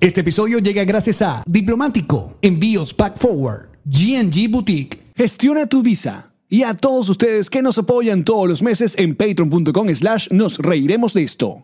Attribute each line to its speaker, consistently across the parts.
Speaker 1: Este episodio llega gracias a Diplomático, Envíos Pack Forward, GNG Boutique, Gestiona tu Visa y a todos ustedes que nos apoyan todos los meses en patreon.com slash nos reiremos de esto.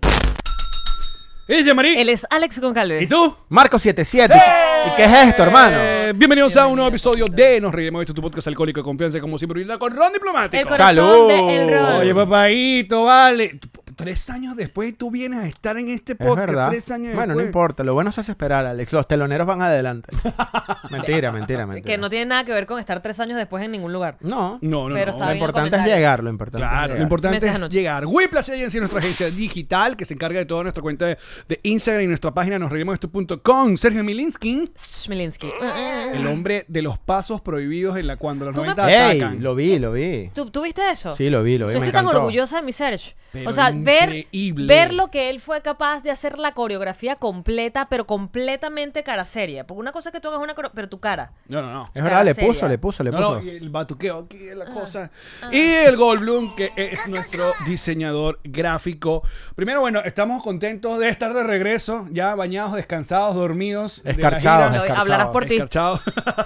Speaker 2: Es Yamari.
Speaker 3: Él es Alex Goncalves.
Speaker 2: ¿Y tú?
Speaker 4: Marco77. ¿Y qué es esto, hermano?
Speaker 2: Eh, bienvenidos a un nuevo episodio de Nos Reiremos. Esto es tu podcast alcohólico de confianza, como siempre, brinda con Ron
Speaker 3: El
Speaker 2: Diplomático.
Speaker 3: corazón
Speaker 4: Salud.
Speaker 3: de El Ron.
Speaker 2: Oye, papadito, vale. Tú- Tres años después tú vienes a estar en este
Speaker 4: Es
Speaker 2: podcast.
Speaker 4: verdad.
Speaker 2: Tres años
Speaker 4: Bueno, no
Speaker 2: después.
Speaker 4: importa. Lo bueno se hace esperar, Alex. Los teloneros van adelante. mentira, mentira, mentira.
Speaker 3: Que no tiene nada que ver con estar tres años después en ningún lugar.
Speaker 4: No,
Speaker 2: No, no,
Speaker 3: Pero
Speaker 2: no.
Speaker 3: está bien
Speaker 4: Lo
Speaker 3: el
Speaker 4: importante es
Speaker 3: comentario.
Speaker 4: llegar. Lo importante es
Speaker 2: Claro,
Speaker 4: llegar.
Speaker 2: lo importante
Speaker 3: Meses
Speaker 2: es
Speaker 3: anoche.
Speaker 2: llegar. Whiplash Agency es nuestra agencia digital que se encarga de toda nuestra cuenta de, de Instagram y nuestra página nos reiremos de esto.com. Sergio Milinsky,
Speaker 3: Smilinski. mm,
Speaker 2: el hombre de los pasos prohibidos en la cuando los
Speaker 3: Tú me-
Speaker 2: 90
Speaker 4: Ey,
Speaker 2: atacan.
Speaker 4: lo vi, lo vi.
Speaker 3: ¿Tú, tú viste eso?
Speaker 4: Sí, lo vi, lo
Speaker 3: Yo
Speaker 4: vi. me
Speaker 3: estoy tan
Speaker 4: encantó.
Speaker 3: orgullosa de mi Serge.
Speaker 2: Pero
Speaker 3: o sea, ver,
Speaker 2: increíble.
Speaker 3: ver lo que él fue capaz de hacer la coreografía completa, pero completamente cara seria. Porque una cosa es que tú hagas una coreo- pero tu cara.
Speaker 2: No, no, no.
Speaker 4: Es verdad, le
Speaker 3: Cara
Speaker 4: puso,
Speaker 3: seria.
Speaker 4: le puso, le
Speaker 2: No, no,
Speaker 4: puso.
Speaker 2: y el batuqueo aquí, la
Speaker 3: Ah,
Speaker 2: cosa. Y el Goldblum, que es nuestro diseñador gráfico. Primero, bueno, estamos contentos de estar de regreso, ya bañados, descansados, dormidos. de la
Speaker 4: Escarchados,
Speaker 2: gira.
Speaker 3: Hoy hablarás por ti.
Speaker 2: Escarchado.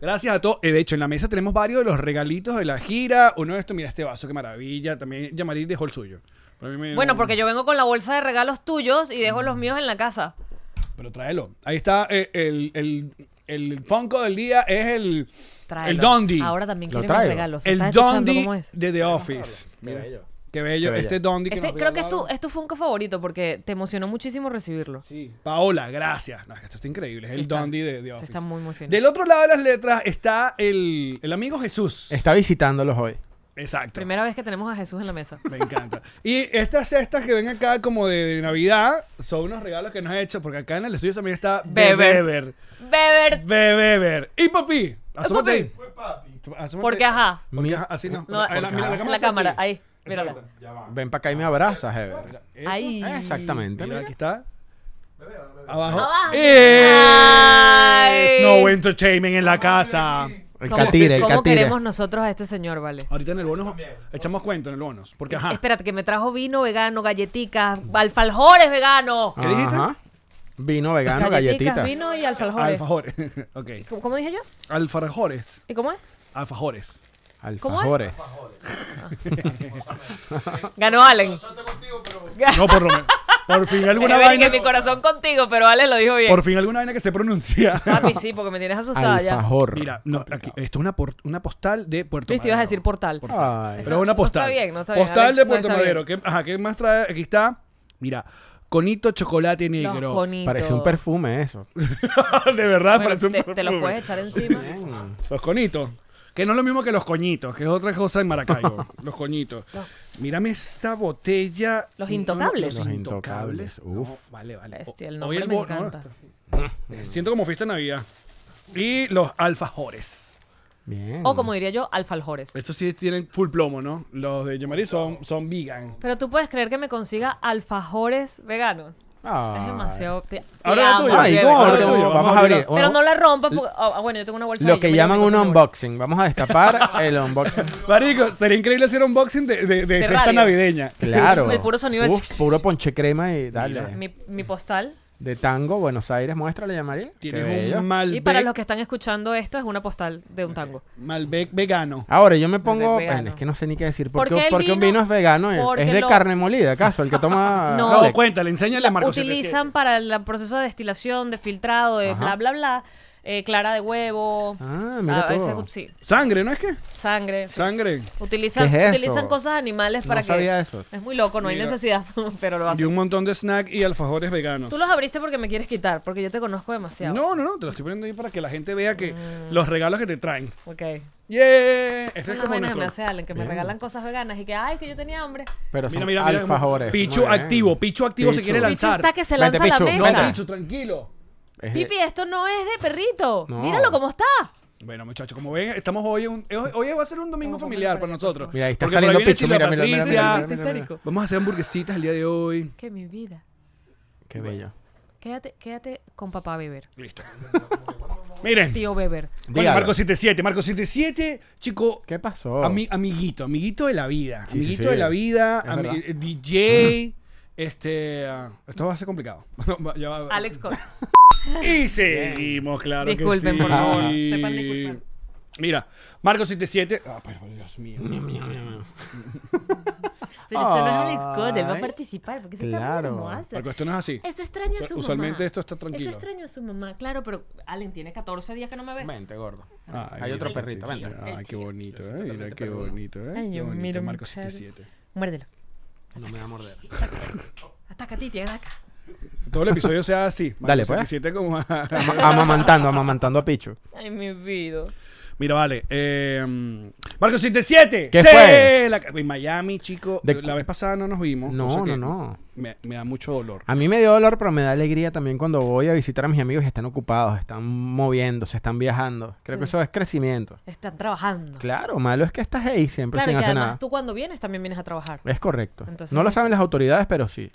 Speaker 2: Gracias a todos. Eh, De hecho, en la mesa tenemos varios de los regalitos de la gira. Uno de estos, mira este vaso, qué maravilla. También Yamarit dejó el suyo. Pero a mí me-
Speaker 3: Bueno, porque yo vengo con la bolsa de regalos tuyos y dejo los míos en la casa.
Speaker 2: Pero tráelo. Ahí está eh, el, el, el Funko del día, es el, el
Speaker 3: Tráelo.
Speaker 2: Dondi.
Speaker 3: Ahora también
Speaker 4: Lo
Speaker 3: quieren mis
Speaker 4: traigo.
Speaker 3: regalos.
Speaker 2: El
Speaker 3: ¿Estás escuchando
Speaker 2: Dondi
Speaker 3: cómo es?
Speaker 2: de The Office. Mira, qué bello.
Speaker 4: Qué bello.
Speaker 2: Este Dondi que
Speaker 3: Este-
Speaker 2: nos
Speaker 3: creo que es tu,
Speaker 2: regalaron.
Speaker 3: es tu Funko favorito porque te emocionó muchísimo recibirlo.
Speaker 2: Sí. Paola, gracias. No, esto está increíble. Es
Speaker 3: Sí
Speaker 2: el
Speaker 3: está.
Speaker 2: Dondi de The
Speaker 3: Sí,
Speaker 2: Office.
Speaker 3: está muy, muy fino.
Speaker 2: Del otro lado de las letras está el, el amigo Jesús.
Speaker 4: Está visitándolos hoy.
Speaker 2: Exacto.
Speaker 3: Primera vez que tenemos a Jesús en la mesa.
Speaker 2: Me encanta. Y estas cestas que ven acá como de Navidad son unos regalos que nos ha hecho, porque acá en el estudio también está
Speaker 3: Beber.
Speaker 2: Beber.
Speaker 3: Beber.
Speaker 2: Beber. Y papi. Asómate
Speaker 3: papi.
Speaker 2: ahí. Asómate.
Speaker 3: Porque ajá.
Speaker 2: Porque ajá, Así no.
Speaker 3: No,
Speaker 2: Ahí la,
Speaker 3: ajá.
Speaker 2: mira, la cámara.
Speaker 3: La
Speaker 2: está
Speaker 3: cámara,
Speaker 2: aquí.
Speaker 3: ahí. Mírala.
Speaker 4: Ven para acá y me abrazas, Ever.
Speaker 2: Eso.
Speaker 3: Ahí.
Speaker 4: Exactamente.
Speaker 2: Mira,
Speaker 4: mira.
Speaker 2: aquí está. Abajo.
Speaker 3: Abajo.
Speaker 2: Es
Speaker 3: Ay.
Speaker 2: no entertainment en la casa.
Speaker 4: El
Speaker 3: ¿Cómo-
Speaker 4: catire, el
Speaker 3: ¿Cómo
Speaker 4: catire.
Speaker 3: queremos nosotros a este señor, vale?
Speaker 2: Ahorita en el bonus echamos cuento en el bonus. Porque ajá.
Speaker 3: Espérate, que me trajo vino vegano, galletitas, alfajores veganos.
Speaker 2: ¿Qué dijiste?
Speaker 4: Ajá. Vino vegano, galletitas.
Speaker 3: vino y alfajores.
Speaker 2: Alfajores. ok.
Speaker 3: ¿Cómo, cómo dije yo?
Speaker 2: Alfajores.
Speaker 3: ¿Y cómo es?
Speaker 2: Alfajores.
Speaker 3: ¿Cómo es?
Speaker 4: Alfajores.
Speaker 2: Ah.
Speaker 3: Ganó Allen.
Speaker 2: No, por lo menos. Por fin alguna
Speaker 3: Una
Speaker 2: vaina.
Speaker 3: que mi corazón contigo, pero Allen lo dijo bien.
Speaker 2: Por fin alguna vaina que se pronuncia.
Speaker 3: Papi, sí, porque me tienes asustada ya.
Speaker 4: Alfajor.
Speaker 2: Mira, no, aquí, esto es una, por- una postal de Puerto
Speaker 3: Luis,
Speaker 2: Madero.
Speaker 3: te ibas a decir portal.
Speaker 4: Ay.
Speaker 2: Pero es una
Speaker 3: No está
Speaker 2: postal.
Speaker 3: bien, no está bien,
Speaker 2: Postal
Speaker 3: Alex,
Speaker 2: de
Speaker 3: no
Speaker 2: Puerto
Speaker 3: está bien.
Speaker 2: Madero. ¿Qué, ajá, ¿qué más trae? Aquí está. Mira. Conito chocolate
Speaker 3: Los
Speaker 2: negro.
Speaker 3: conitos.
Speaker 4: Parece un perfume eso.
Speaker 2: de verdad,
Speaker 3: Bueno,
Speaker 2: parece un
Speaker 3: te, te lo
Speaker 2: perfume.
Speaker 3: puedes echar encima.
Speaker 2: Los conitos. Que no es lo mismo que los coñitos, que es otra cosa en Maracaibo. los coñitos. Mírame esta botella.
Speaker 3: Los intocables.
Speaker 2: Los
Speaker 4: Los
Speaker 2: intocables.
Speaker 4: intocables,
Speaker 2: Uf.
Speaker 4: uf.
Speaker 2: vale, vale.
Speaker 3: Bestia, el
Speaker 2: Hoy
Speaker 3: nombre me
Speaker 2: bo- no,
Speaker 3: encanta.
Speaker 2: esto- Siento como fiesta de Navidad. Y los alfajores.
Speaker 4: Bien.
Speaker 3: O como diría yo, alfajores.
Speaker 2: Estos sí tienen full plomo, ¿no? Los de Yamari son, son vegan.
Speaker 3: Pero tú puedes creer que me consiga alfajores veganos.
Speaker 4: Ay.
Speaker 3: Es demasiado. Te, te
Speaker 2: Ahora la
Speaker 3: amo,
Speaker 2: tuya.
Speaker 4: Ay,
Speaker 3: Diego.
Speaker 2: Ahora la
Speaker 4: gordo,
Speaker 2: tuya,
Speaker 4: vamos,
Speaker 2: vamos a
Speaker 4: a abrir.
Speaker 3: Pero
Speaker 4: un-
Speaker 3: no la rompa. porque- ah, bueno, yo tengo una bolsa.
Speaker 4: lo
Speaker 3: ahí,
Speaker 4: que
Speaker 3: yo me
Speaker 4: llaman
Speaker 3: llevo mi
Speaker 4: un
Speaker 3: bolsa de bolsa.
Speaker 4: unboxing. Vamos a destapar el unboxing.
Speaker 2: Marico, sería increíble hacer unboxing de, de, de
Speaker 3: De
Speaker 2: cesta
Speaker 3: radio.
Speaker 2: navideña.
Speaker 4: Claro.
Speaker 3: El puro sonido de-
Speaker 4: Uf, puro ponche crema y dale.
Speaker 3: Mi, mi postal.
Speaker 4: De tango, Buenos Aires, muéstrale, llamaría.
Speaker 2: Tienes un Malbec,
Speaker 3: Y para los que están escuchando esto, es una postal de un tango.
Speaker 2: Malbec vegano.
Speaker 4: Ahora yo me
Speaker 3: Malbec
Speaker 4: pongo.
Speaker 3: vegano.
Speaker 4: bueno, es que no sé ni qué decir. ¿Por
Speaker 3: Porque
Speaker 4: qué
Speaker 3: el
Speaker 4: porque un vino
Speaker 3: vino-
Speaker 4: es vegano? Es-
Speaker 3: porque
Speaker 4: Es de
Speaker 3: lo-
Speaker 4: carne molida, ¿acaso? El que toma.
Speaker 3: No.
Speaker 2: No,
Speaker 4: Malbec.
Speaker 2: cuéntale, enséñale a Marco.
Speaker 3: Utilizan para el proceso de destilación, de filtrado, de bla, bla, bla. eh, clara de huevo.
Speaker 4: Ah, mira
Speaker 3: a veces,
Speaker 4: tú.
Speaker 3: sí,
Speaker 2: Sangre, ¿no es que?
Speaker 3: sangre. sí.
Speaker 2: Sangre.
Speaker 3: Utilizan,
Speaker 4: ¿Qué es eso?
Speaker 3: utilizan cosas animales
Speaker 4: No
Speaker 3: para que.
Speaker 4: sabía eso.
Speaker 3: Es muy loco, no hay
Speaker 2: Mira.
Speaker 3: necesidad, pero lo
Speaker 2: Y
Speaker 3: hacen.
Speaker 2: un montón de snack y alfajores veganos.
Speaker 3: Tú los abriste porque me quieres quitar, porque yo te conozco demasiado.
Speaker 2: No, no, no, te lo estoy poniendo ahí para que la gente vea que los regalos que te traen.
Speaker 3: Ok.
Speaker 2: ¡Yeah! Ese
Speaker 3: Son
Speaker 2: es
Speaker 3: las
Speaker 2: como
Speaker 3: vainas que me hace
Speaker 2: nuestro.
Speaker 3: Allen, que me
Speaker 4: Bien.
Speaker 3: regalan cosas veganas y que, ay, que yo tenía hambre.
Speaker 4: Pero son
Speaker 2: Mira, mira, mira.
Speaker 4: alfajores.
Speaker 2: Pichu
Speaker 4: muy bien.
Speaker 2: activo, Pichu activo se quiere lanzar.
Speaker 3: Pichu está que se
Speaker 4: Vente,
Speaker 3: lanza a la
Speaker 4: Pichu,
Speaker 3: mesa.
Speaker 2: No,
Speaker 4: Venga.
Speaker 2: Pichu, tranquilo.
Speaker 4: Es de-
Speaker 3: Pipi, esto no es de perrito.
Speaker 4: No.
Speaker 3: Míralo cómo está.
Speaker 2: Bueno, muchachos, como ven, estamos hoy, en un, hoy hoy va a ser un domingo familiar para nosotros.
Speaker 4: Mira, ahí está
Speaker 2: Porque por
Speaker 4: saliendo
Speaker 2: viene
Speaker 4: Pichu.
Speaker 2: Silvia
Speaker 4: Mira, mira, mira,
Speaker 2: Patricia.
Speaker 4: mira, mira,
Speaker 3: Está
Speaker 4: mira, mira.
Speaker 3: histérico.
Speaker 2: Vamos a hacer hamburguesitas el día de hoy.
Speaker 3: Que mi vida.
Speaker 4: Qué bello.
Speaker 3: Quédate, quédate con papá Beber.
Speaker 2: Listo. Miren.
Speaker 3: Tío Beber.
Speaker 2: Bueno,
Speaker 4: Dígalo.
Speaker 2: Marco 77, Marco 77, chico,
Speaker 4: ¿Qué pasó?
Speaker 2: ami- amiguito, amiguito de la vida,
Speaker 4: Oh. Sí, sí,
Speaker 2: amiguito
Speaker 4: sí.
Speaker 2: de la vida,
Speaker 4: Es
Speaker 2: ami-
Speaker 4: verdad.
Speaker 2: eh, DJ, este, ah, esto va a ser complicado. No, va- ya va-
Speaker 3: Alex Cora.
Speaker 2: Y seguimos, claro que
Speaker 3: Disculpen, por
Speaker 2: sí.
Speaker 3: favor. Sepan disculpar.
Speaker 2: Mira, Marco 77, ah, pero por Dios mío.
Speaker 3: Pero esto no es Alex
Speaker 4: Ay.
Speaker 3: Cora. Él va a participar porque se está
Speaker 4: Claro.
Speaker 3: riendo como hace.
Speaker 2: Marco, esto no es así.
Speaker 3: Eso extraña a su
Speaker 2: Usualmente
Speaker 3: mamá.
Speaker 2: esto está tranquilo.
Speaker 3: Eso extraño a su mamá. Claro, pero Allen tiene 14 días que no me ve.
Speaker 4: Vente, gordo.
Speaker 2: Ay,
Speaker 4: Hay
Speaker 2: mira,
Speaker 4: otro
Speaker 2: sí,
Speaker 4: perrito,
Speaker 2: sí,
Speaker 4: vente. Este
Speaker 2: sí. Ay, qué bonito, eh, mira, qué
Speaker 4: perruno.
Speaker 2: bonito, eh.
Speaker 3: Este. Ay,
Speaker 2: qué
Speaker 3: yo
Speaker 2: bonito,
Speaker 3: miro mi
Speaker 2: Marco
Speaker 3: cara.
Speaker 2: 77.
Speaker 3: Muérdelo.
Speaker 4: No me va a morder.
Speaker 3: Ataca, Titi, ataca.
Speaker 2: Todo el episodio sea así. Marco
Speaker 4: Dale, pues.
Speaker 2: 77 como
Speaker 4: Ama- amamantando, amamantando a Pichu.
Speaker 3: Ay, mi vida.
Speaker 2: Mira, vale. Eh, Marco 77.
Speaker 4: ¿Qué
Speaker 2: Sí,
Speaker 4: fue?
Speaker 2: la- en Miami, chico. eh,
Speaker 4: De-
Speaker 2: la vez pasada no nos vimos.
Speaker 4: No,
Speaker 2: cosa que
Speaker 4: no, no.
Speaker 2: Me, me da mucho dolor.
Speaker 4: A mí me dio dolor, pero me da alegría también cuando voy a visitar a mis amigos y están ocupados, están moviéndose, están viajando. Creo que eso es crecimiento.
Speaker 3: Están trabajando.
Speaker 4: Claro, malo es que estás ahí siempre
Speaker 3: Claro, y
Speaker 4: sin
Speaker 3: que
Speaker 4: hacer
Speaker 3: además
Speaker 4: nada.
Speaker 3: tú cuando vienes también vienes a trabajar.
Speaker 4: Es correcto.
Speaker 3: Entonces-
Speaker 4: no lo saben las autoridades, pero sí.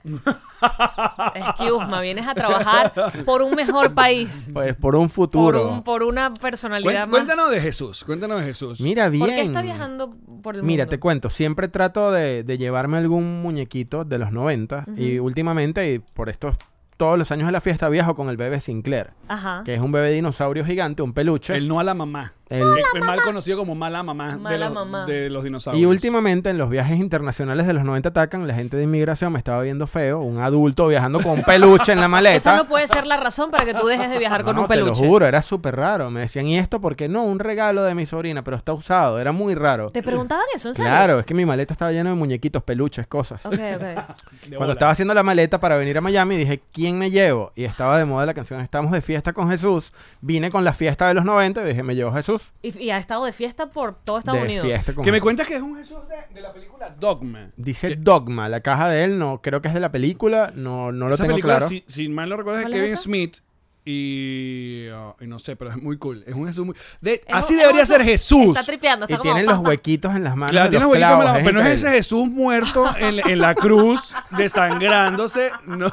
Speaker 3: Es que, Usma, vienes a trabajar por un mejor país.
Speaker 4: Pues por un
Speaker 3: Por,
Speaker 4: futuro.
Speaker 3: un, por una
Speaker 2: Cuen-
Speaker 3: personalidad más.
Speaker 2: cuéntanos de Jesús. Cuéntanos de Jesús.
Speaker 4: Mira bien.
Speaker 3: ¿Por qué está viajando por el
Speaker 4: Mira,
Speaker 3: mundo?
Speaker 4: te cuento, siempre trato de, de llevarme algún muñequito de los 90 y últimamente, y por estos todos los años de la fiesta, viajo con el bebé Sinclair,
Speaker 3: Ajá.
Speaker 4: que es un bebé dinosaurio gigante, un peluche.
Speaker 2: El no a la mamá.
Speaker 4: El-
Speaker 2: El, el mal conocido como mala mamá, de,
Speaker 3: Mala
Speaker 2: los,
Speaker 3: mamá.
Speaker 2: de los dinosaurios.
Speaker 4: y últimamente en los viajes internacionales de los 90 atacan, la gente de inmigración me estaba viendo feo, un adulto viajando con un peluche en la maleta.
Speaker 3: Esa no puede ser la razón para que tú dejes de viajar con
Speaker 4: No,
Speaker 3: un peluche.
Speaker 4: Te lo juro, era súper raro. Me decían, ¿y esto por qué no? Un regalo de mi sobrina, pero está usado, era muy raro.
Speaker 3: ¿Te preguntaban eso, en serio?
Speaker 4: Claro, es que mi maleta estaba llena de muñequitos, peluches, cosas.
Speaker 3: Ok, ok.
Speaker 2: De bola.
Speaker 4: Cuando estaba haciendo la maleta para venir a Miami, dije, ¿quién me llevo? Y estaba de moda la canción Estamos de fiesta con Jesús. Vine con la fiesta de los 90 y dije, me llevo Jesús.
Speaker 3: Y, y ha estado de fiesta por todo Estados
Speaker 4: de
Speaker 3: Unidos.
Speaker 4: fiesta con
Speaker 2: Que me
Speaker 4: Jesús.
Speaker 2: cuentas que es un Jesús de, de la película Dogma.
Speaker 4: Dice Dogma, la caja de él, no creo que es de la película, no, no lo
Speaker 2: Esa
Speaker 4: tengo
Speaker 2: película,
Speaker 4: claro.
Speaker 2: si, si mal no recuerdo, es de
Speaker 3: ¿Cuál es
Speaker 2: Kevin
Speaker 3: esa?
Speaker 2: Smith. Y, ah, y no sé, pero es muy cool. Es un Jesús muy. de-
Speaker 3: Es un-
Speaker 2: así
Speaker 3: es un
Speaker 2: debería ser
Speaker 3: Jesús-
Speaker 2: Jesús.
Speaker 3: Está tripeando, está
Speaker 4: Y
Speaker 3: como, "Ah,
Speaker 4: tienen los
Speaker 3: pa, pa.
Speaker 4: huequitos en las manos.
Speaker 2: Claro,
Speaker 4: de
Speaker 2: tiene
Speaker 4: los
Speaker 2: huequitos
Speaker 4: clavos,
Speaker 2: en la mano,
Speaker 4: es
Speaker 2: pero no es ese
Speaker 4: increíble.
Speaker 2: Jesús muerto en, en la cruz, desangrándose. No.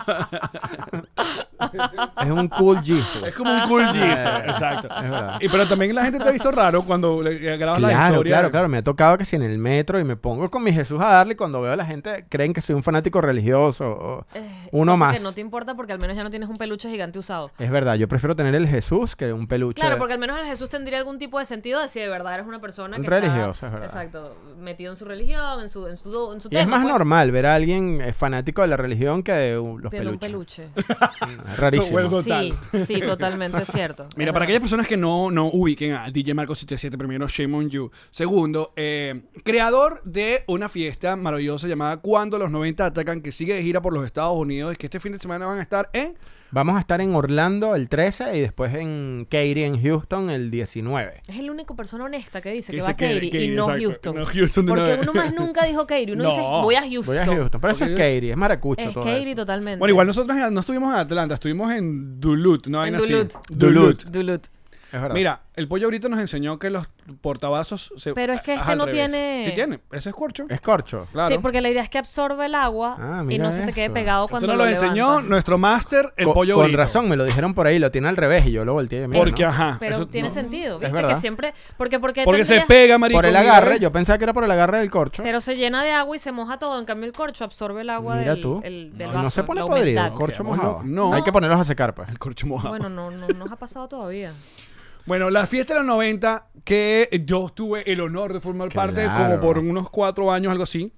Speaker 4: Es un cool Jesus.
Speaker 2: Es como un cool Jesus. Eh, Exacto.
Speaker 4: Es verdad.
Speaker 2: Y, pero también la gente te ha visto raro cuando le- eh, grabas la
Speaker 4: Claro,
Speaker 2: historia.
Speaker 4: claro, claro. Me ha tocado que si en el metro y me pongo con mi Jesús a darle, cuando veo a la gente creen que soy un fanático religioso. o-
Speaker 3: Eh,
Speaker 4: uno
Speaker 3: cosa
Speaker 4: más.
Speaker 3: Que no te importa porque al menos ya no tienes un peluche gigante usado.
Speaker 4: Es verdad, yo prefiero tener el Jesús que un peluche.
Speaker 3: Claro, porque al menos el Jesús tendría algún tipo de sentido de si de verdad eres una persona que está-
Speaker 4: Religiosa, es verdad.
Speaker 3: Exacto, metido en su religión, en su, en su, en su
Speaker 4: Y es
Speaker 3: tema,
Speaker 4: más
Speaker 3: pues,
Speaker 4: normal ver a alguien eh, fanático de la religión que de uh, los
Speaker 3: de un
Speaker 4: peluches.
Speaker 3: peluche.
Speaker 4: Es Rarísimo.
Speaker 2: Huevo. Total.
Speaker 3: Sí, sí, totalmente es cierto.
Speaker 2: Mira,
Speaker 3: Es
Speaker 2: para
Speaker 3: verdad.
Speaker 2: aquellas personas que no, no ubiquen a DJ Marco 77, primero, shame on you. Segundo, eh, creador de una fiesta maravillosa llamada Cuando los 90 atacan, que sigue de gira por los Estados Unidos y que este fin de semana van a estar en
Speaker 4: Vamos a estar en Orlando el 13 y después en Katy en Houston el 19.
Speaker 3: Es el único persona honesta que dice
Speaker 2: Que
Speaker 3: que,
Speaker 2: dice
Speaker 3: va a
Speaker 2: que-
Speaker 3: Katy
Speaker 2: que-
Speaker 3: y no
Speaker 2: exacto,
Speaker 3: Houston.
Speaker 2: no Houston de una
Speaker 3: Porque
Speaker 2: vez.
Speaker 3: uno más nunca dijo Katy. Uno
Speaker 2: No.
Speaker 3: dice, voy a Houston.
Speaker 4: Voy a Houston. Pero eso es Katy, es maracucho
Speaker 3: Es
Speaker 4: todo
Speaker 3: Katy
Speaker 4: eso.
Speaker 3: totalmente.
Speaker 2: Bueno, igual nosotros no estuvimos en Atlanta, estuvimos en Duluth, ¿no?
Speaker 3: En
Speaker 2: Vaina así.
Speaker 3: Duluth.
Speaker 2: Duluth.
Speaker 3: Duluth.
Speaker 4: Es verdad.
Speaker 2: Mira, el pollo ahorita nos enseñó que los portavasos se.
Speaker 3: Pero es que
Speaker 2: ah,
Speaker 3: este
Speaker 2: al
Speaker 3: no
Speaker 2: revés.
Speaker 3: tiene-
Speaker 2: Sí tiene, ese es corcho.
Speaker 4: Es corcho.
Speaker 2: Claro.
Speaker 3: Sí, porque la idea es que absorbe el agua
Speaker 4: Ah,
Speaker 3: y
Speaker 4: mira
Speaker 3: no se te quede
Speaker 4: eso.
Speaker 3: pegado
Speaker 2: Eso
Speaker 3: cuando
Speaker 2: nos
Speaker 3: lo
Speaker 2: lo enseñó
Speaker 3: levantas.
Speaker 2: nuestro máster, el
Speaker 4: Con-
Speaker 2: pollo
Speaker 4: Con
Speaker 2: Brito.
Speaker 4: razón, me lo dijeron por ahí, lo tiene al revés y yo lo volteé. y mira,
Speaker 2: Porque,
Speaker 4: ¿no?
Speaker 2: ajá.
Speaker 3: Pero
Speaker 2: eso
Speaker 3: tiene
Speaker 2: no.
Speaker 3: sentido,
Speaker 4: Es
Speaker 3: ¿viste? que
Speaker 4: verdad.
Speaker 3: siempre... Porque, porque,
Speaker 2: Porque se
Speaker 3: tendrías-
Speaker 2: pega, marico.
Speaker 4: Por el
Speaker 2: mira,
Speaker 4: agarre,
Speaker 2: ¿eh?
Speaker 4: yo pensaba que era por el agarre del corcho.
Speaker 3: Pero se llena de agua y se moja todo. En cambio, el corcho absorbe el agua
Speaker 4: Mira
Speaker 3: del,
Speaker 4: tú.
Speaker 3: el- del
Speaker 4: no,
Speaker 3: vaso.
Speaker 4: no se pone
Speaker 3: la
Speaker 4: podrido,
Speaker 3: humedad.
Speaker 4: corcho
Speaker 2: Ok,
Speaker 4: mojado.
Speaker 2: bueno, no.
Speaker 4: Hay que ponerlos a secar, pues.
Speaker 2: El corcho mojado.
Speaker 3: Bueno, no, no nos ha pasado todavía.
Speaker 2: Bueno, la fiesta de los 90, que yo tuve el honor de formar parte
Speaker 4: Claro.
Speaker 2: como por unos cuatro años, algo así.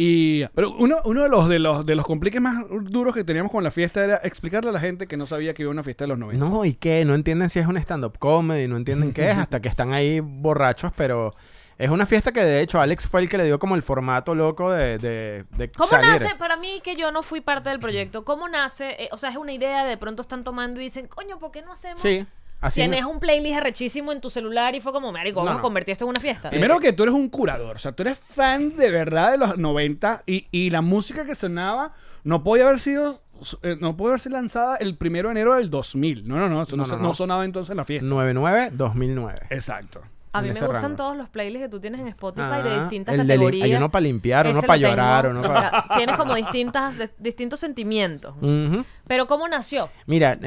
Speaker 2: Y, pero uno, uno de, los, de, los, de los compliques más duros que teníamos con la fiesta era explicarle a la gente que no sabía que iba a una fiesta de los 90.
Speaker 4: No, ¿y qué? No entienden si es un stand-up comedy, no entienden qué es, hasta que están ahí borrachos, pero es una fiesta que de hecho Alex fue el que le dio como el formato loco de, de, de
Speaker 3: ¿Cómo
Speaker 4: salir.
Speaker 3: nace? Para mí, que yo no fui parte del proyecto, ¿cómo nace? Eh, o sea, es una idea, de pronto están tomando y dicen, coño, ¿por qué no hacemos?
Speaker 4: Sí, así
Speaker 3: Tienes un playlist rechísimo en tu celular y fue como, marico, vamos
Speaker 4: No, no.
Speaker 3: a convertir esto en una fiesta.
Speaker 4: Eh,
Speaker 2: Primero que tú eres un curador, o sea, tú eres fan de verdad de los 90 y, y la música que sonaba no podía haber sido eh, no pudo haberse lanzada el primero de enero del 2000. No, no, no, eso no,
Speaker 4: No,
Speaker 2: se-
Speaker 4: no, no.
Speaker 2: no sonaba entonces en la fiesta.
Speaker 4: 99 2009.
Speaker 2: Exacto.
Speaker 3: A mí
Speaker 4: en
Speaker 3: me
Speaker 4: ese
Speaker 3: gustan
Speaker 4: rango.
Speaker 3: todos los playlists que tú tienes en Spotify de
Speaker 4: Ah,
Speaker 3: distintas
Speaker 4: el de lim-
Speaker 3: categorías.
Speaker 4: hay uno pa' limpiar, uno
Speaker 3: Ese
Speaker 4: pa'
Speaker 3: lo tengo.
Speaker 4: llorar, uno pa'-
Speaker 3: O sea, Tienes como distintas, de- distintos sentimientos.
Speaker 4: Ujú.
Speaker 3: Pero ¿cómo nació?
Speaker 4: Mira, eh,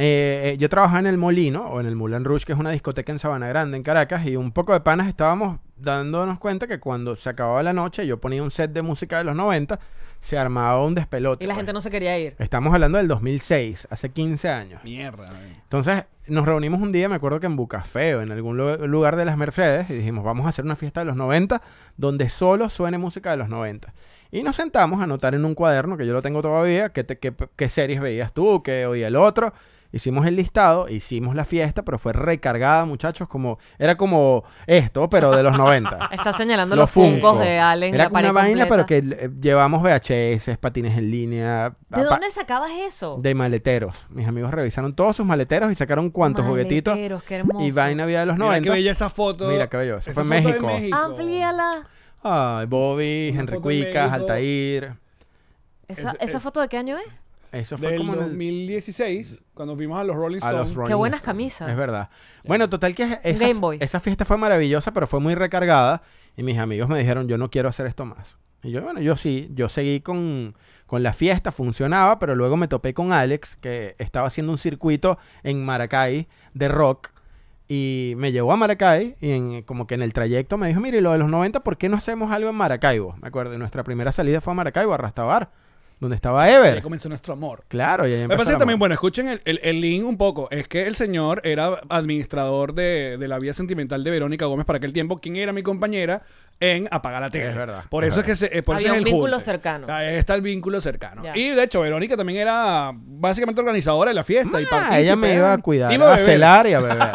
Speaker 4: eh, yo trabajaba en el Molino o en el Moulin Rouge, que es una discoteca en Sabana Grande, en Caracas, y un poco de panas estábamos dándonos cuenta que cuando se acababa la noche, yo ponía un set de música de los 90, se armaba un despelote.
Speaker 3: Y la
Speaker 4: pues.
Speaker 3: gente no se quería ir.
Speaker 4: Estamos hablando del 2006, hace 15 años.
Speaker 2: Mierda. eh.
Speaker 4: Entonces nos reunimos un día, me acuerdo que en Bucafé o en algún lu- lugar de las Mercedes, y dijimos, vamos a hacer una fiesta de los 90 donde solo suene música de los 90. Y nos sentamos a anotar en un cuaderno, que yo lo tengo todavía, qué, te- qué- qué series veías tú, qué oía el otro. Hicimos el listado, hicimos la fiesta, pero fue recargada, muchachos, como era como esto, pero de los 90.
Speaker 3: Está señalando los, funcos de Allen.
Speaker 4: Era
Speaker 3: la pared
Speaker 4: una vaina,
Speaker 3: completa.
Speaker 4: pero que eh, llevamos VHS, patines en línea.
Speaker 3: ¿De
Speaker 4: apa-
Speaker 3: dónde sacabas eso?
Speaker 4: de maleteros. Mis amigos revisaron todos sus maleteros y sacaron cuantos
Speaker 3: Maleteros,
Speaker 4: juguetitos.
Speaker 3: qué hermoso.
Speaker 4: Y vaina vida de los
Speaker 2: Mira
Speaker 4: 90.
Speaker 2: qué bella esa foto.
Speaker 4: Mira qué bello. Eso
Speaker 2: Esa
Speaker 4: fue en
Speaker 2: foto de
Speaker 4: México.
Speaker 3: Amplíala.
Speaker 4: Ay, Bobby,
Speaker 2: Una foto
Speaker 4: Henry
Speaker 2: en
Speaker 4: Cuicas,
Speaker 2: México.
Speaker 4: Altair.
Speaker 3: ¿Esa,
Speaker 2: Es-
Speaker 3: esa
Speaker 2: es-
Speaker 3: foto de qué año es?
Speaker 4: Eso fue
Speaker 2: Del
Speaker 4: como en el-
Speaker 2: 2016, cuando vimos a los Rolling
Speaker 4: a
Speaker 2: Stones.
Speaker 4: los Rolling
Speaker 3: Qué buenas
Speaker 4: Stones.
Speaker 3: camisas.
Speaker 4: Es verdad. Bueno, total que esa,
Speaker 3: Game Boy.
Speaker 4: esa fiesta fue maravillosa, pero fue muy recargada. Y mis amigos me dijeron, yo no quiero hacer esto más. Y yo, bueno, yo sí, yo seguí con, con la fiesta, funcionaba, pero luego me topé con Alex, que estaba haciendo un circuito en Maracay de rock. Y me llevó a Maracay y en- como que en el trayecto me dijo, mire, y lo de los 90, ¿por qué no hacemos algo en Maracaibo? Me acuerdo, y nuestra primera salida fue a Maracaibo, a Rastabar, donde estaba
Speaker 2: Ahí
Speaker 4: Ever.
Speaker 2: comenzó nuestro amor.
Speaker 4: Claro, y ahí
Speaker 2: Me
Speaker 4: empezó
Speaker 2: parece
Speaker 4: el
Speaker 2: también,
Speaker 4: amor.
Speaker 2: bueno, escuchen el, el, el link un poco. Es que el señor era administrador de, de la vida sentimental de Verónica Gómez para aquel tiempo, quien era mi compañera en Apagar la Tele.
Speaker 4: Es verdad,
Speaker 2: Por
Speaker 4: es
Speaker 2: eso
Speaker 4: verdad.
Speaker 2: es que se, eh, por eso
Speaker 3: Había
Speaker 2: es
Speaker 3: un
Speaker 2: el
Speaker 3: vínculo
Speaker 2: junte.
Speaker 3: cercano.
Speaker 2: Ah, Ahí está el vínculo cercano.
Speaker 3: Ya.
Speaker 2: Y de hecho, Verónica también era básicamente organizadora de la fiesta y
Speaker 4: Ah,
Speaker 2: partícipe.
Speaker 4: ella me iba a cuidar,
Speaker 2: Iba a
Speaker 4: a,
Speaker 2: beber.
Speaker 4: celar y a beber.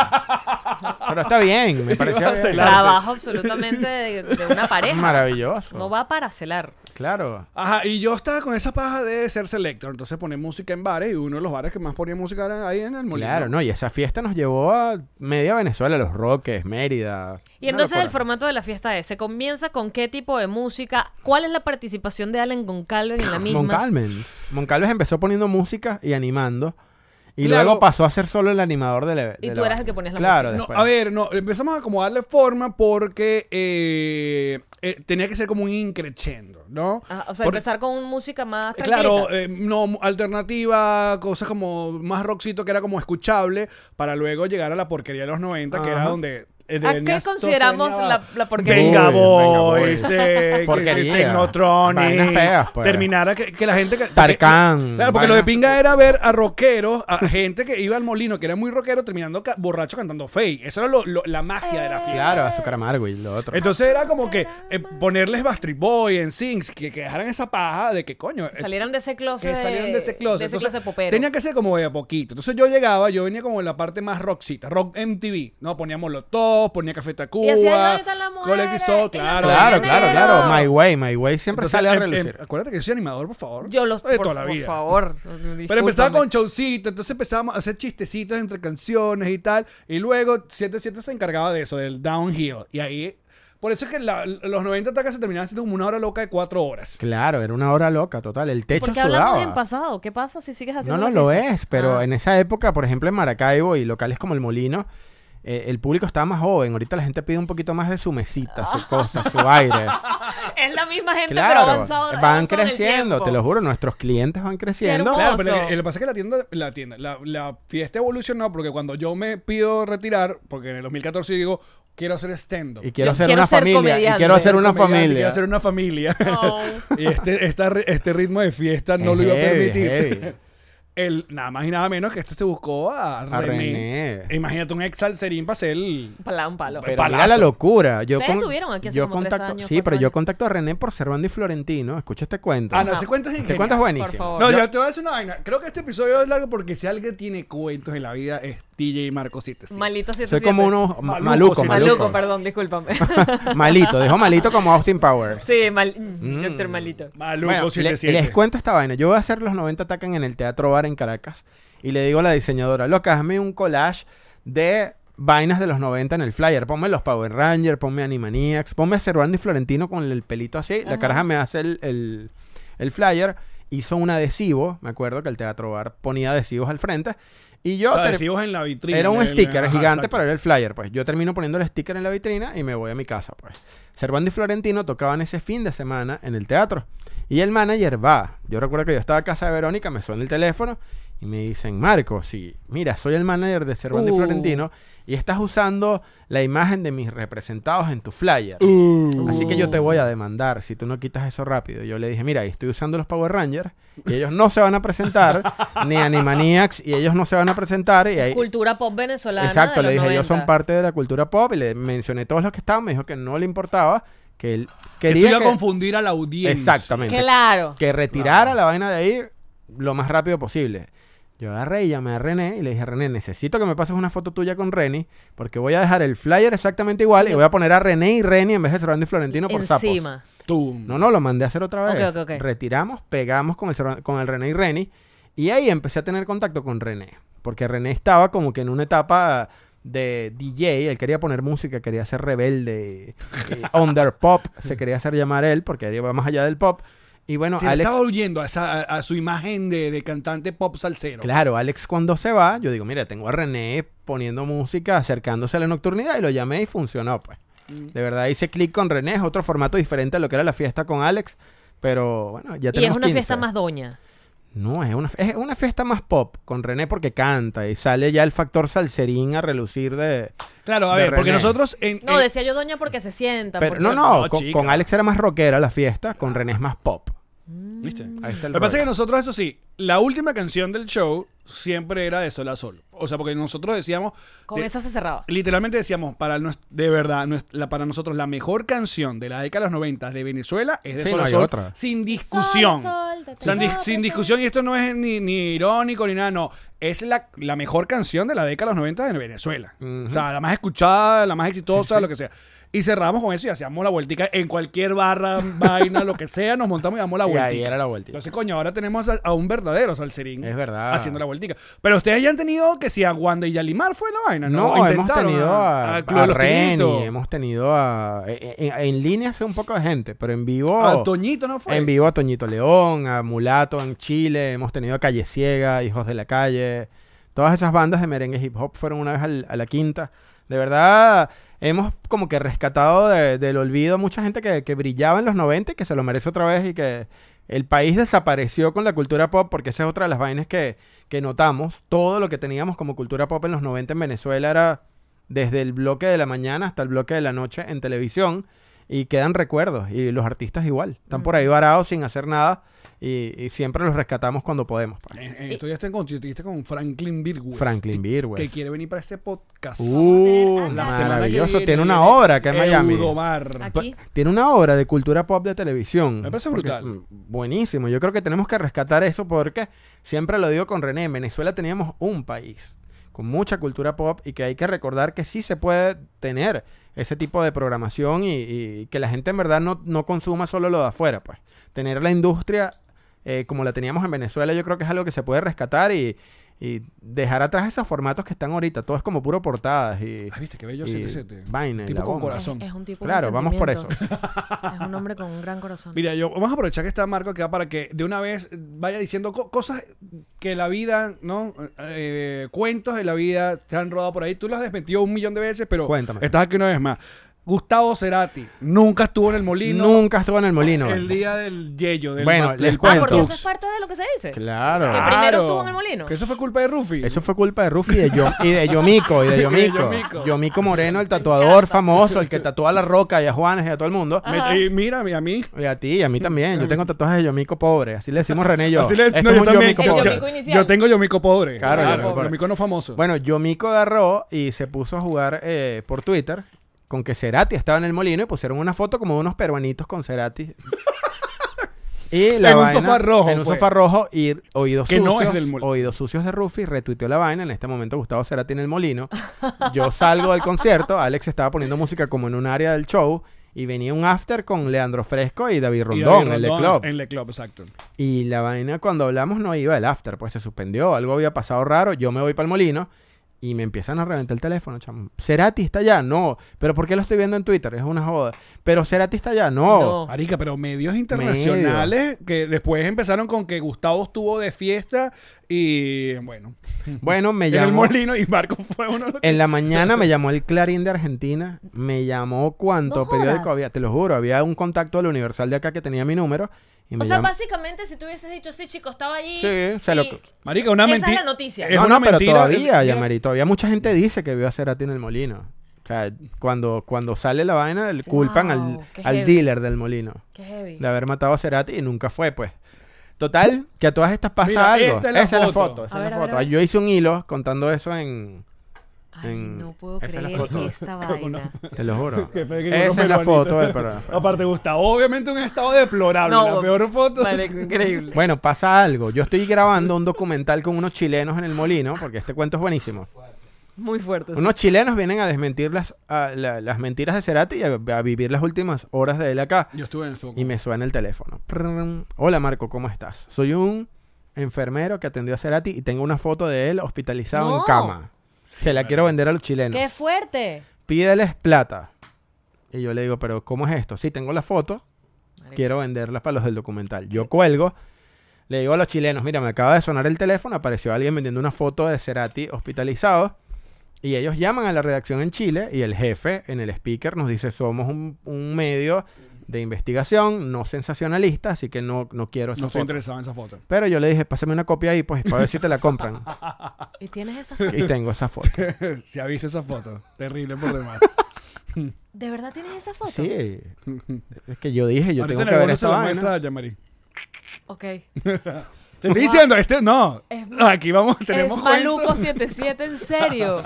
Speaker 4: Pero está bien, me pareció
Speaker 2: a
Speaker 4: bien.
Speaker 2: celar. Claro. Ah,
Speaker 3: Trabajo absolutamente de, de una pareja.
Speaker 4: maravilloso.
Speaker 3: No va para celar.
Speaker 4: Claro.
Speaker 2: Ajá, y yo estaba con esa paja de ser selector. Entonces ponía música en bares y uno de los bares que más ponía música era ahí en el molino.
Speaker 4: Claro, no, y esa fiesta nos llevó a media Venezuela, Los Roques, Mérida.
Speaker 3: Y
Speaker 4: Una
Speaker 3: entonces el
Speaker 4: locura.
Speaker 3: formato de la fiesta es, ¿se comienza con qué tipo de música? ¿Cuál es la participación de Allen Goncalves en la misma?
Speaker 4: Moncalven. Moncalves empezó poniendo música y animando. Y
Speaker 2: Claro.
Speaker 4: luego pasó a ser solo el animador de la.
Speaker 3: Y
Speaker 4: de
Speaker 3: tú eras el
Speaker 4: la banda.
Speaker 3: que ponías la
Speaker 4: claro,
Speaker 3: música.
Speaker 2: No,
Speaker 4: después.
Speaker 2: a ver, no, empezamos a como darle forma porque eh, eh, tenía que ser como un increchendo, ¿no?
Speaker 3: Ajá, o sea,
Speaker 2: Porque-
Speaker 3: empezar con una música más tranquila.
Speaker 2: Claro, eh, no, mu- alternativa, cosas como más rockcito que era como escuchable, para luego llegar a la porquería de los 90, que era
Speaker 4: Ajá.
Speaker 2: donde...
Speaker 3: ¿A qué consideramos la, la porquería?
Speaker 2: Venga
Speaker 4: Venga
Speaker 2: Boys,
Speaker 4: Boys,
Speaker 2: eh, que-
Speaker 4: Porquería.
Speaker 2: Technotronic,
Speaker 4: Vainas feas, pues.
Speaker 2: terminara que, que la gente... Que,
Speaker 4: Tarkan,
Speaker 2: claro, porque lo de
Speaker 4: vainas-
Speaker 2: pinga era ver a rockeros, a gente que iba al molino, que era muy rockero, terminando ca- borracho cantando fake. Esa era lo- lo- la magia de la fiesta.
Speaker 4: Claro, azúcar amargo y lo otro.
Speaker 2: Entonces era como que eh, ponerles Backstreet Boy en Sings, que, que dejaran esa paja de que coño. eh,
Speaker 3: Salieron de ese
Speaker 2: que
Speaker 3: closet.
Speaker 2: salieron de ese closet.
Speaker 3: de ese
Speaker 2: Entonces,
Speaker 3: closet popero.
Speaker 2: Tenía que ser como de a poquito. Entonces yo llegaba, yo venía como en la parte más rockcita, rock MTV, ¿no? Ponía Molotov, ponía Café Tacuba.
Speaker 3: Y hacía, "¿Dónde están las mujeres?
Speaker 2: Cola XO,
Speaker 3: Y la
Speaker 2: claro.
Speaker 4: claro, claro,
Speaker 3: Pero-
Speaker 4: claro. My Way, My Way siempre
Speaker 2: Entonces,
Speaker 4: sale a
Speaker 2: em- em,
Speaker 4: relucir.
Speaker 2: acuérdate que yo soy animador, por favor.
Speaker 3: Yo los...
Speaker 2: De
Speaker 3: por,
Speaker 2: toda la
Speaker 3: por
Speaker 2: vida.
Speaker 3: favor.
Speaker 2: Pero empezaba
Speaker 3: discúlpame.
Speaker 2: con showcito, entonces empezábamos a hacer chistecitos entre canciones y tal. Y luego 77 se encargaba de eso, del downhill. Y ahí. Por eso es que la- los 90 atacas se terminaban siendo como una hora loca de cuatro horas.
Speaker 4: Claro, era una hora loca, total. El techo
Speaker 3: ¿Por qué
Speaker 4: sudaba.
Speaker 3: hablamos en pasado? ¿Qué pasa si sigues
Speaker 4: No,
Speaker 3: haciendo
Speaker 4: no
Speaker 3: la
Speaker 4: lo
Speaker 3: fiesta?
Speaker 4: es, pero
Speaker 3: Ah.
Speaker 4: en esa época, por ejemplo, en Maracaibo y locales como el Molino, eh, el público estaba más joven. Ahorita la gente pide un poquito más de su mesita, su cosa, su aire.
Speaker 3: Es la misma gente, pero
Speaker 4: claro,
Speaker 3: avanzado.
Speaker 4: van
Speaker 3: avanzado en el
Speaker 4: creciendo,
Speaker 3: tiempo.
Speaker 4: te lo juro, nuestros clientes van creciendo.
Speaker 3: hermoso.
Speaker 2: Claro, pero lo que pasa es que la tienda, la tienda, la, la fiesta evolucionó porque cuando yo me pido retirar, porque en el 2014 yo digo, quiero hacer stand-up.
Speaker 4: Y quiero
Speaker 3: Yo
Speaker 4: hacer
Speaker 3: quiero
Speaker 4: una
Speaker 3: ser
Speaker 4: familia. Y
Speaker 3: comediante.
Speaker 4: quiero hacer una
Speaker 2: Comediante, Quiero
Speaker 4: familia.
Speaker 2: hacer una familia.
Speaker 3: No.
Speaker 2: y este, esta re- este ritmo de fiesta no
Speaker 4: Es
Speaker 2: lo iba a
Speaker 4: heavy, es
Speaker 2: permitir.
Speaker 4: heavy.
Speaker 2: El, nada más y nada menos que este se buscó a, René.
Speaker 4: René.
Speaker 2: Imagínate un ex salserín para ser el...
Speaker 3: Pala- un palo.
Speaker 4: Pero
Speaker 2: Palazo.
Speaker 4: mira la locura. Yo
Speaker 3: Ustedes estuvieron aquí hace
Speaker 4: yo
Speaker 3: como tres
Speaker 4: contacto-
Speaker 3: años,
Speaker 4: Sí,
Speaker 3: cuatro
Speaker 4: pero yo
Speaker 3: años.
Speaker 4: contacto a René por Servando y Florentino. Escucha este cuento.
Speaker 2: Ah, no,
Speaker 3: Ajá.
Speaker 2: ese cuento es
Speaker 4: este
Speaker 2: ingeniero.
Speaker 4: cuento es
Speaker 3: Por
Speaker 4: buenísimo.
Speaker 3: favor.
Speaker 2: No,
Speaker 4: Yo-
Speaker 2: yo te voy a decir una vaina. Creo que este episodio es largo porque si alguien tiene cuentos en la vida es DJ Marco 7.
Speaker 3: Malito 77.
Speaker 4: soy como uno ma-
Speaker 2: Maluco,
Speaker 4: maluco,
Speaker 2: sí.
Speaker 3: Maluco,
Speaker 4: maluco.
Speaker 3: perdón, discúlpame.
Speaker 4: Malito, dijo malito como Austin Powers.
Speaker 3: sí, mal...
Speaker 4: Mm.
Speaker 3: Doctor Malito.
Speaker 2: Maluco
Speaker 4: Bueno, le-
Speaker 2: 77.
Speaker 4: les cuento esta vaina. Yo voy a hacer los 90 atacan en el Teatro Bar en Caracas y le digo a la diseñadora, loca, hazme un collage de vainas de los 90 en el flyer. Ponme los Power Rangers, ponme Animaniacs, ponme a Cervando y Florentino con el pelito así. La caraja me hace el, el- el flyer hizo un adhesivo. Me acuerdo que el Teatro Bar ponía adhesivos al frente. Y yo
Speaker 2: O sea,
Speaker 4: ter-
Speaker 2: adhesivos en la vitrina.
Speaker 4: era un
Speaker 2: el-
Speaker 4: sticker
Speaker 2: ajá,
Speaker 4: gigante,
Speaker 2: exacto.
Speaker 4: pero era el flyer, pues. Yo termino poniendo el sticker en la vitrina y me voy a mi casa, pues. Servando y Florentino tocaban ese fin de semana en el teatro. Y el manager va. Yo recuerdo que yo estaba a casa de Verónica, me suena el teléfono y me dicen, Marco, sí, mira, soy el manager de Servando y
Speaker 3: Uh.
Speaker 4: Florentino y estás usando la imagen de mis representados en tu flyer.
Speaker 2: Uh.
Speaker 4: Así que yo te voy a demandar si tú no quitas eso rápido. Y Yo le dije, mira, estoy usando los Power Rangers y ellos no se van a presentar, ni Animaniacs y ellos no se van a presentar. Y ahí,
Speaker 3: Cultura pop venezolana.
Speaker 4: Eh, Exacto,
Speaker 3: de
Speaker 4: le
Speaker 3: los
Speaker 4: dije, ellos son
Speaker 3: 90.
Speaker 4: parte de la cultura pop y le mencioné todos los que estaban, me dijo que no le importaba, que él
Speaker 2: Eso
Speaker 4: quería
Speaker 2: iba a
Speaker 4: que-
Speaker 2: confundir a la audiencia.
Speaker 4: Exactamente.
Speaker 3: Claro.
Speaker 4: Que retirara la vaina de ahí lo más rápido posible. Yo agarré y llamé a René y le dije, René, necesito que me pases una foto tuya con Reni porque voy a dejar el flyer exactamente igual y voy a poner a René y Reni en vez de Servando y Florentino por sapos.
Speaker 3: Encima.
Speaker 2: Tú.
Speaker 4: No, no, lo mandé a hacer otra
Speaker 3: Ok, ok,
Speaker 4: vez.
Speaker 3: ok.
Speaker 4: Retiramos, pegamos con el, Serra- con el René y René. Y ahí empecé a tener contacto con René. Porque René estaba como que en una etapa de DJ. Él quería poner música, quería ser rebelde. eh, under pop, se quería hacer llamar él porque él iba más allá del pop. Y bueno,
Speaker 2: Se le
Speaker 4: Alex.
Speaker 2: estaba huyendo a, esa- a- a su imagen de, de cantante pop salsero.
Speaker 4: Claro, Alex cuando se va, yo digo, mira, tengo a René poniendo música, acercándose a la nocturnidad y lo llamé y funcionó, pues.
Speaker 3: Mm.
Speaker 4: De verdad hice clic con René, es otro formato diferente a lo que era la fiesta con Alex, pero bueno,
Speaker 3: Y
Speaker 4: ya
Speaker 3: es
Speaker 4: tenemos
Speaker 3: una
Speaker 4: 15.
Speaker 3: fiesta más doña.
Speaker 4: No, es una, es una fiesta más pop con René porque canta y sale ya el factor salserín a relucir de...
Speaker 2: Claro, a
Speaker 4: De
Speaker 2: ver, porque
Speaker 4: René.
Speaker 2: nosotros en,
Speaker 3: No,
Speaker 2: en-
Speaker 3: decía yo doña porque se sienta.
Speaker 4: Eh, Pero
Speaker 3: porque-
Speaker 4: no, no,
Speaker 2: no,
Speaker 4: con,
Speaker 2: chica.
Speaker 4: con Alex era más rockera la fiesta, con René es más pop.
Speaker 2: ¿viste?
Speaker 3: Mm.
Speaker 4: Ahí está el
Speaker 2: Lo que pasa es que
Speaker 4: rollo.
Speaker 2: nosotros, eso sí, la última canción del show siempre era de sol a sol. O sea, porque nosotros decíamos.
Speaker 3: Con
Speaker 2: de-
Speaker 3: eso se cerraba.
Speaker 2: Literalmente decíamos, para nos- de verdad, nos- la- para nosotros la mejor canción de la década de los 90 de Venezuela es de
Speaker 4: Sí,
Speaker 2: Sol
Speaker 4: no
Speaker 2: a
Speaker 4: hay
Speaker 2: Sol,
Speaker 4: otra.
Speaker 2: sin discusión.
Speaker 3: Sol a sol, te
Speaker 2: O sea, di-
Speaker 3: tengo
Speaker 2: sin
Speaker 3: presente.
Speaker 2: discusión, y esto no es ni, ni irónico ni nada, no. Es la, la mejor canción de la década de los 90 de Venezuela. O sea, la más escuchada, la más exitosa, lo que sea. Y cerramos con eso y hacíamos la vueltica en cualquier barra, vaina, lo que sea, nos montamos y damos la
Speaker 4: Y ahí
Speaker 2: vueltica.
Speaker 4: era la vueltica.
Speaker 2: Entonces, coño, ahora tenemos a, a un verdadero salserín.
Speaker 4: Es verdad.
Speaker 2: Haciendo la vueltica. Pero ustedes ya han tenido que si a Wanda y Yalimar fue la vaina, ¿no?
Speaker 4: No,
Speaker 2: O
Speaker 4: hemos
Speaker 2: intentaron
Speaker 4: tenido a,
Speaker 2: al Club de
Speaker 4: a
Speaker 2: los
Speaker 4: Reni,
Speaker 2: Tinitos.
Speaker 4: hemos tenido a... En, en- en línea hace un poco de gente, pero en vivo...
Speaker 2: A Toñito, ¿no fue?
Speaker 4: En vivo a Toñito León, a Mulato en Chile, hemos tenido a Calle Ciega, Hijos de la Calle. Todas esas bandas de merengue hip hop fueron una vez al- a la quinta. De verdad, hemos como que rescatado de- del olvido a mucha gente que, que brillaba en los 90 y que se lo merece otra vez y que el país desapareció con la cultura pop porque esa es otra de las vainas que, que notamos. Todo lo que teníamos como cultura pop en los 90 en Venezuela era desde el bloque de la mañana hasta el bloque de la noche en televisión y quedan recuerdos y los artistas igual. Están por ahí varados sin hacer nada y, y siempre los rescatamos cuando podemos. pues.
Speaker 2: Eh, eh, Esto ya está en contacto con Franklin Virgües.
Speaker 4: Franklin Birwes.
Speaker 2: Que quiere venir para este podcast.
Speaker 4: pues. Uh,
Speaker 2: La semana que
Speaker 4: maravilloso.
Speaker 2: viene
Speaker 4: Tiene una
Speaker 2: viene
Speaker 4: obra que en Miami.
Speaker 2: Eudomar.
Speaker 3: Aquí.
Speaker 4: P- Pues, Tiene una obra de cultura pop de televisión.
Speaker 2: Me parece
Speaker 4: Porque-
Speaker 2: brutal.
Speaker 4: mm, buenísimo. Yo creo que tenemos que rescatar eso porque siempre lo digo con René. En Venezuela teníamos un país con mucha cultura pop y que hay que recordar que sí se puede tener ese tipo de programación y, y que la gente en verdad no, no consuma solo lo de afuera. Pues tener la industria eh, como la teníamos en Venezuela yo creo que es algo que se puede rescatar y, y dejar atrás esos formatos que están ahorita. Todo es como puro portadas y...
Speaker 2: Ah, viste qué bello
Speaker 4: y
Speaker 2: 77.
Speaker 4: vaina y
Speaker 2: Tipo
Speaker 4: la
Speaker 2: con
Speaker 4: bomba.
Speaker 2: corazón.
Speaker 3: Es un tipo con
Speaker 4: Claro, vamos por eso.
Speaker 3: sentimientos. Es un hombre con un gran corazón.
Speaker 2: Mira, yo vamos a aprovechar que está Marco acá para que de una vez vaya diciendo co- cosas que la vida, ¿no? Eh, cuentos de la vida se han rodado por ahí. Tú lo has desmentido un millón de veces, pero
Speaker 4: Cuéntame.
Speaker 2: estás aquí una vez más. Gustavo Cerati nunca estuvo en el molino
Speaker 4: Nunca estuvo en el molino.
Speaker 2: el día del Yello. Del
Speaker 4: Bueno,
Speaker 2: ma-
Speaker 4: les
Speaker 2: del
Speaker 3: ah,
Speaker 4: cuento.
Speaker 3: porque eso
Speaker 2: Cuentux.
Speaker 3: es parte de lo que se dice.
Speaker 4: Claro.
Speaker 3: Que primero estuvo en el molino.
Speaker 2: Que eso fue culpa de Rufi.
Speaker 4: Eso fue culpa de Rufi y de, Yo- y de Yomiko. Y de Yomiko.
Speaker 2: Yomiko.
Speaker 4: Yomico Moreno, el tatuador famoso, el que tatúa a la roca y a Juanes y a todo el mundo.
Speaker 2: Me- y mira, a mí.
Speaker 4: Y a ti y a mí también. Yo tengo tatuajes de Yomico pobre. Así le decimos René y yo.
Speaker 2: Así le-
Speaker 4: Este
Speaker 2: no,
Speaker 4: es
Speaker 2: yo
Speaker 4: un
Speaker 2: también-
Speaker 4: Yomico
Speaker 3: El
Speaker 4: pobre.
Speaker 3: Yomico
Speaker 2: yo,
Speaker 3: inicial.
Speaker 2: yo tengo Yomico pobre.
Speaker 4: Claro, Yomico
Speaker 2: Yomico,
Speaker 4: pobre.
Speaker 2: no famoso.
Speaker 4: Bueno, Yomico agarró y se puso a jugar eh, por Twitter con que Cerati estaba en el molino y pusieron una foto como de unos peruanitos con Cerati. y la
Speaker 2: En un
Speaker 4: vaina-
Speaker 2: sofá rojo,
Speaker 4: En un
Speaker 2: fue.
Speaker 4: sofá rojo y oídos
Speaker 2: Que no
Speaker 4: sucios.
Speaker 2: es del molino.
Speaker 4: oídos sucios de Rufi retuiteó la vaina. En este momento Gustavo Cerati en el molino. Yo salgo del concierto. Alex estaba poniendo música como en un área del show. Y venía un after con Leandro Fresco y David
Speaker 2: Y
Speaker 4: Rondón,
Speaker 2: David
Speaker 4: el de
Speaker 2: Rondón,
Speaker 4: Club.
Speaker 2: En Le Club, exacto.
Speaker 4: Y la vaina cuando hablamos no iba el after, pues se suspendió, algo había pasado raro, yo me voy para el molino Y me empiezan a reventar el teléfono, chamo. ¿Cerati está allá? No. ¿Pero por qué lo estoy viendo en Twitter? Es una joda. ¿Pero Cerati está allá? No.
Speaker 3: No.
Speaker 2: Oh. Marica, pero medios internacionales que después empezaron con que Gustavo estuvo de fiesta y bueno,
Speaker 4: Bueno, me
Speaker 2: en el
Speaker 4: llamó...
Speaker 2: molino y Marco fue uno de los que-
Speaker 4: En la mañana me llamó el Clarín de Argentina, me llamó cuánto
Speaker 3: No
Speaker 4: periódico
Speaker 3: jodas.
Speaker 4: había, te lo juro, había un contacto del Universal de acá que tenía mi número. Y me
Speaker 3: O sea,
Speaker 4: llamó-
Speaker 3: básicamente si tú hubieses dicho, sí, chico, estaba allí.
Speaker 4: Sí, se
Speaker 3: y-
Speaker 4: lo-
Speaker 2: Marica, una
Speaker 3: Esa es
Speaker 2: mentira.
Speaker 3: la noticia.
Speaker 4: no, no, pero todavía,
Speaker 2: Mira,
Speaker 4: Yamarito, todavía mucha gente dice que vio a Cerati en el molino. O sea, cuando, cuando sale la vaina, le culpan al-
Speaker 3: Wow, qué
Speaker 4: al,
Speaker 3: heavy.
Speaker 4: dealer del molino
Speaker 3: Qué heavy.
Speaker 4: de haber matado a Cerati y nunca fue, pues. Total, que a todas estas pasa
Speaker 2: Mira,
Speaker 4: algo.
Speaker 2: esta es la
Speaker 4: esa es la
Speaker 2: foto.
Speaker 4: foto. esa
Speaker 3: A
Speaker 4: es
Speaker 3: ver,
Speaker 4: la
Speaker 3: a ver,
Speaker 4: foto.
Speaker 3: a ver.
Speaker 4: Yo hice un hilo contando eso en.
Speaker 3: Ay,
Speaker 4: en-
Speaker 3: no puedo
Speaker 4: esa es la
Speaker 3: creer
Speaker 4: foto.
Speaker 3: esta vaina.
Speaker 4: Te lo juro.
Speaker 2: que fue que unos
Speaker 4: esa es la
Speaker 2: peruanitos-
Speaker 4: foto eh, del programa.
Speaker 2: Aparte, Gustavo, obviamente un estado deplorable. la peor foto.
Speaker 3: Vale, increíble.
Speaker 4: Bueno, pasa algo. Yo estoy grabando un documental con unos chilenos en el molino, porque este cuento es buenísimo.
Speaker 3: Muy fuerte. sí.
Speaker 4: Unos chilenos vienen a desmentir las, a la- las mentiras de Cerati y a, a vivir las últimas horas de él acá.
Speaker 2: Yo estuve en eso.
Speaker 4: Y me suena el teléfono. Prrrm. Hola Marco, ¿cómo estás? Soy un enfermero que atendió a Cerati y tengo una foto de él hospitalizado en
Speaker 3: No.
Speaker 4: cama. Se la quiero vender a los chilenos.
Speaker 3: Qué fuerte.
Speaker 4: Pídeles plata. Y yo le digo, pero ¿cómo es esto? Sí, tengo la foto,
Speaker 3: Marica.
Speaker 4: quiero venderlas para los del documental. Yo cuelgo, le digo a los chilenos, mira, me acaba de sonar el teléfono, apareció alguien vendiendo una foto de Cerati hospitalizado. Y ellos llaman a la redacción en Chile y el jefe en el speaker nos dice, somos un, un medio de investigación, no sensacionalista, así que no, no quiero esa
Speaker 2: No estoy
Speaker 4: foto".
Speaker 2: interesado en esa foto.
Speaker 4: Pero yo le dije, pásame una copia ahí, pues, para ver si te la compran.
Speaker 3: Y tienes esa.
Speaker 4: y tengo esa foto.
Speaker 2: Si ha visto esa foto, terrible por demás.
Speaker 3: ¿De verdad tienes esa foto?
Speaker 4: Sí. Es que yo dije, yo
Speaker 2: Ahorita
Speaker 4: tengo
Speaker 2: en
Speaker 4: que
Speaker 2: el
Speaker 4: ver
Speaker 2: bono se
Speaker 4: esta
Speaker 2: lo
Speaker 4: vaina.
Speaker 2: muestra a Yamari.
Speaker 3: Ok.
Speaker 2: Te estoy diciendo, este no.
Speaker 3: Es-
Speaker 2: Aquí vamos, tenemos
Speaker 3: Es Maluco
Speaker 2: cuentos.
Speaker 3: 77, en serio.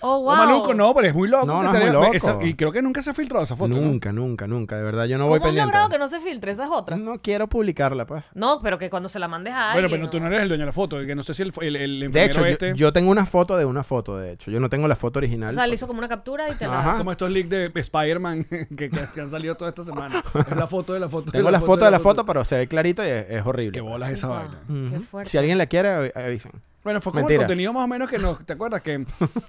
Speaker 3: Oh,
Speaker 2: No,
Speaker 3: wow.
Speaker 2: Maluco, no, pero es muy loco.
Speaker 4: No,
Speaker 2: que
Speaker 4: no, es muy
Speaker 2: estaría-
Speaker 4: loco.
Speaker 2: esa- y creo que nunca se ha filtrado esa foto. ¿no?
Speaker 4: Nunca, nunca, nunca. De verdad, yo no voy
Speaker 3: ¿Cómo has
Speaker 4: pendiente.
Speaker 3: logrado que no se filtre? Esa es otra. No,
Speaker 4: No quiero publicarla, pues.
Speaker 3: pero que cuando se la mandes a
Speaker 2: Bueno,
Speaker 3: alguien.
Speaker 2: pero tú no eres el dueño de la foto. Que no sé si el, el, el
Speaker 4: De
Speaker 2: enfermero
Speaker 4: hecho, yo-
Speaker 2: este.
Speaker 4: yo, tengo una foto de una foto, de hecho. Yo no tengo la foto original.
Speaker 3: O sea, le
Speaker 4: porque-
Speaker 3: hizo como una captura y te la.
Speaker 4: Ajá.
Speaker 2: Como estos leaks de Spider-Man que, que han salido toda esta semana. Es la foto de la foto.
Speaker 4: Tengo la foto de la foto, pero se ve clarito y es, es horrible.
Speaker 2: Qué bolas esa
Speaker 3: Epa,
Speaker 2: vaina.
Speaker 3: Qué
Speaker 4: Ujú.
Speaker 3: fuerte.
Speaker 4: Si alguien la quiere, avi- avisen.
Speaker 2: Bueno, fue como
Speaker 4: Mentira.
Speaker 2: el contenido más o menos que nos. ¿Te acuerdas? Que,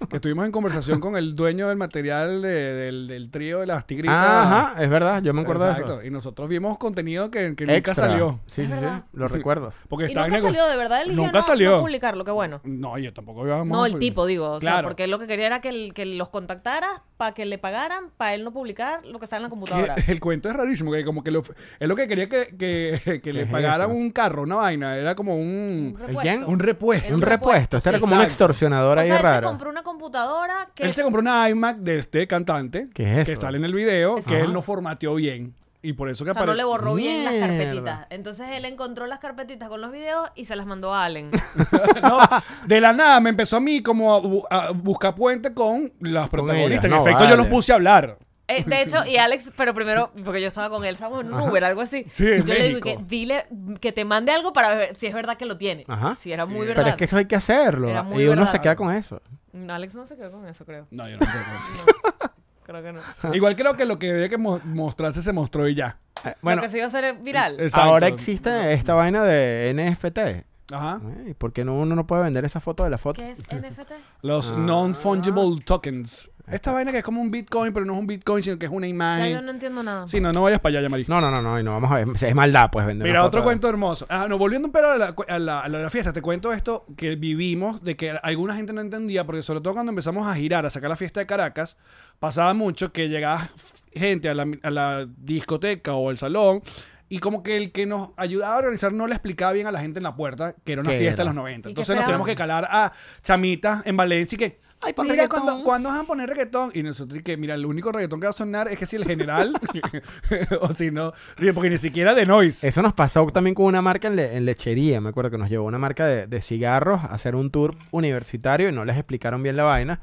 Speaker 2: que estuvimos en conversación con el dueño del material de- del, del trío de las tigritas.
Speaker 4: Ah, Ajá, es verdad, yo me acuerdo
Speaker 2: Exacto.
Speaker 4: de eso.
Speaker 2: Y nosotros vimos contenido que, que nunca
Speaker 4: Extra.
Speaker 2: salió.
Speaker 4: Sí,
Speaker 3: Es
Speaker 4: sí, sí,
Speaker 3: verdad.
Speaker 4: lo recuerdo.
Speaker 2: Porque
Speaker 3: y
Speaker 2: estaba
Speaker 3: nunca
Speaker 2: en el-
Speaker 3: salió, de verdad, él eligió
Speaker 2: Nunca
Speaker 3: no-
Speaker 2: salió.
Speaker 3: no publicarlo, qué bueno.
Speaker 2: No, yo tampoco íbamos
Speaker 3: No,
Speaker 2: a
Speaker 3: el
Speaker 2: publicar.
Speaker 3: tipo, digo. O sea,
Speaker 2: Claro.
Speaker 3: porque él lo que quería era que, el- que los contactaras para que le pagaran, para él no publicar lo que está en la
Speaker 2: Que-
Speaker 3: computadora.
Speaker 2: el cuento es rarísimo, que como que lo, es lo que quería que, que, que le
Speaker 4: es
Speaker 2: pagaran
Speaker 4: eso?
Speaker 2: un carro, una vaina, era como un,
Speaker 3: repuesto.
Speaker 4: Jen-
Speaker 2: un repuesto.
Speaker 4: Un, repuesto. Este era como un
Speaker 2: Exacto.
Speaker 4: extorsionador
Speaker 3: O
Speaker 4: ahí
Speaker 3: sea, él se
Speaker 4: raro.
Speaker 3: compró una computadora que
Speaker 2: Él se compró una iMac de este cantante
Speaker 4: ¿Qué es
Speaker 2: que
Speaker 4: eso?
Speaker 2: sale en el video, que
Speaker 4: Ajá.
Speaker 2: él no formateó bien. Y por eso que
Speaker 3: O sea, no
Speaker 2: aparece.
Speaker 3: le borró bien las
Speaker 4: Mierda.
Speaker 3: carpetitas. Entonces él encontró las carpetitas con los videos y se las mandó a Allen.
Speaker 2: No, de la nada me empezó a mí como a, bu- a buscar puente con las protagonistas. en
Speaker 4: no
Speaker 2: efecto, yo los
Speaker 4: vale.
Speaker 2: puse a hablar.
Speaker 3: Eh, de hecho, y Alex, pero primero, porque yo estaba con él, estábamos en un Uber, algo así.
Speaker 2: Sí,
Speaker 3: yo
Speaker 2: en
Speaker 3: le digo
Speaker 2: México.
Speaker 3: que dile que te mande algo para ver si es verdad que lo tiene.
Speaker 4: Ajá.
Speaker 3: Si era muy
Speaker 4: Pero
Speaker 3: verdad.
Speaker 4: es que eso hay que hacerlo.
Speaker 3: Era
Speaker 4: Y
Speaker 3: muy
Speaker 4: uno
Speaker 3: verdad.
Speaker 4: se queda con eso.
Speaker 3: Alex no se quedó con eso, creo.
Speaker 2: No, yo no creo que
Speaker 3: Creo que no.
Speaker 2: eso. Igual creo que lo que debía que mo- mostrarse se mostró y ya.
Speaker 4: Eh,
Speaker 3: Bueno,
Speaker 4: Bueno,
Speaker 3: que se iba a hacer viral.
Speaker 2: Exacto.
Speaker 4: ahora existe esta vaina de NFT.
Speaker 2: Ajá.
Speaker 4: Ay, ¿Por qué no, uno no puede vender esa foto de la foto?
Speaker 3: ¿Qué es NFT?
Speaker 2: Los non-fungible tokens. Esta vaina que es como un Bitcoin, pero no es un Bitcoin, sino que es una
Speaker 3: Ya yo
Speaker 2: imagen.
Speaker 3: no entiendo nada.
Speaker 2: Sí, no, no vayas para allá, Yamari.
Speaker 4: No, no, no, no, y no vamos a ver. Es maldad, pues, vender.
Speaker 2: Mira,
Speaker 4: una
Speaker 2: otro
Speaker 4: foto de-
Speaker 2: cuento hermoso. Ah, no, volviendo un pero a la, cu- a la- a la- a la fiesta, te cuento esto que vivimos, de que alguna gente no entendía, porque sobre todo cuando empezamos a girar, a sacar la fiesta de Caracas, pasaba mucho que llegaba gente a la, a la discoteca o al salón. Y como que el que nos ayudaba a organizar no le explicaba bien a la gente en la puerta que era una
Speaker 4: ¿Qué
Speaker 2: fiesta
Speaker 4: era?
Speaker 2: de los 90.
Speaker 3: ¿Y qué
Speaker 2: Entonces nos
Speaker 3: esperaban?
Speaker 2: tenemos que calar a chamitas en Valencia y que...
Speaker 4: Ay, pon
Speaker 2: mira,
Speaker 4: reggaetón".
Speaker 2: cuando, cuando van a poner reggaetón? Y nosotros y que, mira, el único reggaetón que va a sonar es que si el general o si no, porque ni siquiera de noise.
Speaker 4: Eso nos pasó también con una marca en, le- en lechería. Me acuerdo que nos llevó una marca de, de cigarros a hacer un tour universitario y no les explicaron bien la vaina.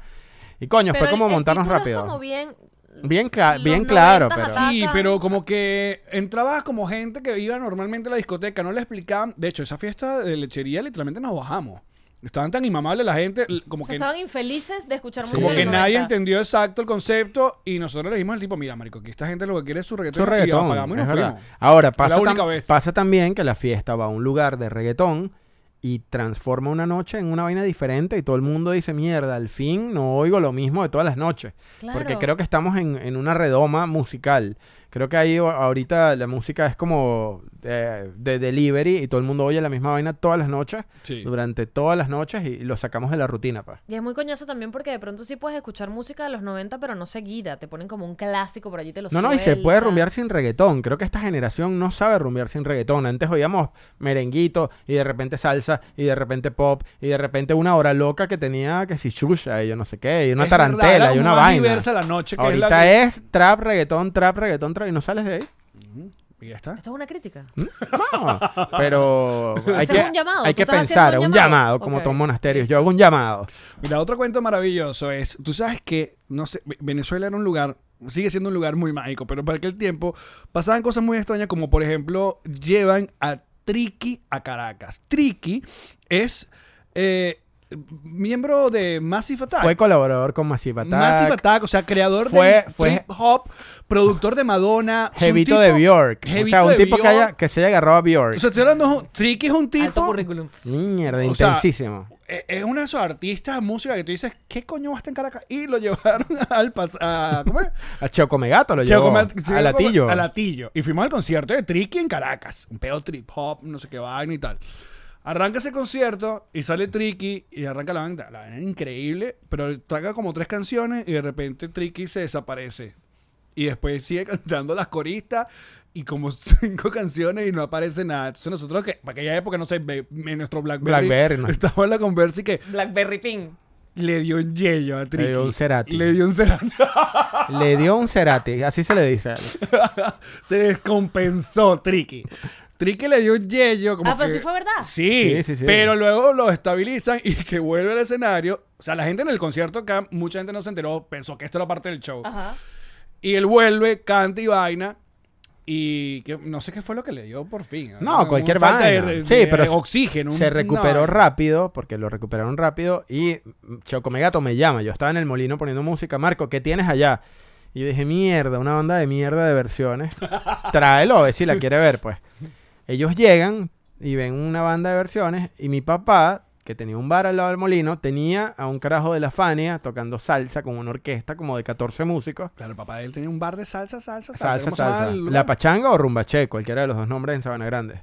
Speaker 4: Y coño,
Speaker 3: Pero
Speaker 4: fue como
Speaker 3: el- el
Speaker 4: montarnos
Speaker 3: título es
Speaker 4: rápido.
Speaker 3: como bien.
Speaker 4: Bien, cla-
Speaker 3: los
Speaker 4: bien claro,
Speaker 3: 90s
Speaker 4: pero.
Speaker 3: acá.
Speaker 2: Sí,
Speaker 3: Acá.
Speaker 2: pero como que entrabas como gente que iba normalmente a la discoteca, no le explicaban. De hecho, esa fiesta de lechería literalmente nos bajamos. Estaban tan inmamables la gente, l- como
Speaker 3: O sea,
Speaker 2: que,
Speaker 3: estaban infelices de escuchar música.
Speaker 2: como
Speaker 3: de
Speaker 2: que
Speaker 3: los
Speaker 2: nadie
Speaker 3: 90.
Speaker 2: entendió exacto el concepto y nosotros le dijimos al tipo, mira, marico, que esta gente lo que quiere es su reggaetón,
Speaker 4: Eso es reggaetón,
Speaker 2: y apagamos y
Speaker 4: es
Speaker 2: nos
Speaker 4: verdad.
Speaker 2: fuimos.
Speaker 4: Ahora,
Speaker 2: Fue la
Speaker 4: pasa, tam-
Speaker 2: única vez.
Speaker 4: pasa también que la fiesta va a un lugar de reggaetón y transforma una noche en una vaina diferente y todo el mundo dice, mierda, al fin no oigo lo mismo de todas las noches. Porque
Speaker 3: Claro.
Speaker 4: creo que estamos en, en una redoma musical. Creo que ahí o- ahorita la música es como eh, de delivery y todo el mundo oye la misma vaina todas las noches,
Speaker 2: Sí.
Speaker 4: durante todas las noches y lo sacamos de la rutina, pa.
Speaker 3: Y es muy coñazo también porque de pronto sí puedes escuchar música de los 90, pero no seguida. Te ponen como un clásico por allí te lo
Speaker 4: No, no, y se puede
Speaker 3: sueltan.
Speaker 4: rumbear sin reggaetón. Creo que esta generación no sabe rumbear sin reggaetón. Antes oíamos merenguito y de repente salsa y de repente pop y de repente una hora loca que tenía que si chucha y yo no sé qué y una
Speaker 2: Es verdad,
Speaker 4: tarantela
Speaker 2: era
Speaker 4: y
Speaker 2: como
Speaker 4: una
Speaker 2: más
Speaker 4: vaina.
Speaker 2: diversa la noche que es
Speaker 4: Ahorita
Speaker 2: la
Speaker 4: es,
Speaker 2: que-
Speaker 4: trap, reggaetón, trap, reggaetón, trap y no sales de ahí.
Speaker 2: Y ya está.
Speaker 3: Esto es una crítica.
Speaker 4: No, pero hay
Speaker 3: Ese
Speaker 4: que,
Speaker 3: es un llamado,
Speaker 4: hay
Speaker 3: tú
Speaker 4: que
Speaker 3: estás
Speaker 4: pensar,
Speaker 3: haciendo
Speaker 4: un
Speaker 3: un
Speaker 4: llamado,
Speaker 3: llamado,
Speaker 4: como
Speaker 3: ok.
Speaker 4: Tom Monasterio. Yo hago un llamado.
Speaker 2: Mira, otro cuento maravilloso es, tú sabes que, no sé, Ve- Venezuela era un lugar, sigue siendo un lugar muy mágico, pero para aquel tiempo pasaban cosas muy extrañas como, por ejemplo, llevan a Triqui a Caracas. Triqui es eh, miembro de Massive Attack.
Speaker 4: Fue colaborador con Massive Attack.
Speaker 2: Massive Attack, o sea, creador
Speaker 4: Fue-
Speaker 2: de
Speaker 4: fue-
Speaker 2: Trip Hop, productor de Madonna. es un
Speaker 4: Jevito
Speaker 2: tipo-
Speaker 4: de Bjork. O
Speaker 2: Jevito
Speaker 4: sea, un
Speaker 2: de
Speaker 4: tipo que,
Speaker 2: Bjork.
Speaker 4: haya, que se haya agarrado a Bjork.
Speaker 2: O sea, estoy hablando, es un- Triqui es un
Speaker 3: Alto
Speaker 2: tipo...
Speaker 3: currículum.
Speaker 4: Mierda,
Speaker 2: O sea,
Speaker 4: intensísimo.
Speaker 2: eh, Es uno de esos artistas de música que tú dices, ¿qué coño vas a estar en Caracas? Y lo llevaron al pas a, ¿cómo es?
Speaker 4: A Cheo Comegato lo
Speaker 2: Cheo
Speaker 4: llevó.
Speaker 2: Comat- Cheo
Speaker 4: a Latillo.
Speaker 2: Comat- A Latillo. Y fuimos al concierto de Tricky en Caracas. Un pedo trip hop, no sé qué vaina y tal. Arranca ese concierto y sale Tricky y arranca la banda. La banda es increíble, pero traga como tres canciones y de repente Tricky se desaparece. Y después sigue cantando las coristas y como cinco canciones y no aparece nada. Entonces nosotros, que para aquella época, no sé, ve- en nuestro Blackberry,
Speaker 4: Blackberry, no.
Speaker 2: estaba en la conversa y que
Speaker 3: Blackberry Pink.
Speaker 2: le dio un yello a Tricky.
Speaker 4: dio un Cerati.
Speaker 2: Le dio un cerati.
Speaker 4: Le dio un cerati, así se le dice.
Speaker 2: se descompensó Tricky. Tricky le dio un yello. Como
Speaker 3: Ah, pero
Speaker 2: que-
Speaker 3: sí fue verdad.
Speaker 2: Sí,
Speaker 4: Sí, sí, sí.
Speaker 2: pero luego lo estabilizan y que vuelve al escenario. O sea, la gente en el concierto acá, mucha gente no se enteró, pensó que esto era parte del show.
Speaker 3: Ajá.
Speaker 2: Y él vuelve, canta y vaina. Y que, no sé qué fue lo que le dio por fin.
Speaker 4: No,
Speaker 2: Una
Speaker 4: cualquier
Speaker 2: falta de-
Speaker 4: vaina.
Speaker 2: de-
Speaker 4: sí,
Speaker 2: de
Speaker 4: pero se-
Speaker 2: oxígeno. un-
Speaker 4: Se recuperó
Speaker 2: no.
Speaker 4: rápido, porque lo recuperaron rápido. Y Cheo Comegato me llama. Yo estaba en el molino poniendo música. Marco, ¿qué tienes allá? Y yo dije, mierda, una banda de mierda de versiones. Tráelo, a ver si la quiere ver, pues. Ellos llegan y ven una banda de versiones. Y mi papá, que tenía un bar al lado del molino, tenía a un carajo de la Fania tocando salsa con una orquesta como de 14 músicos.
Speaker 2: Claro, el papá de él tenía un bar de salsa, salsa, salsa.
Speaker 4: Salsa,
Speaker 2: ¿Cómo se llama
Speaker 4: salsa.
Speaker 2: el lugar?
Speaker 4: La Pachanga o Rumbache, cualquiera de los dos nombres en Sabana Grande.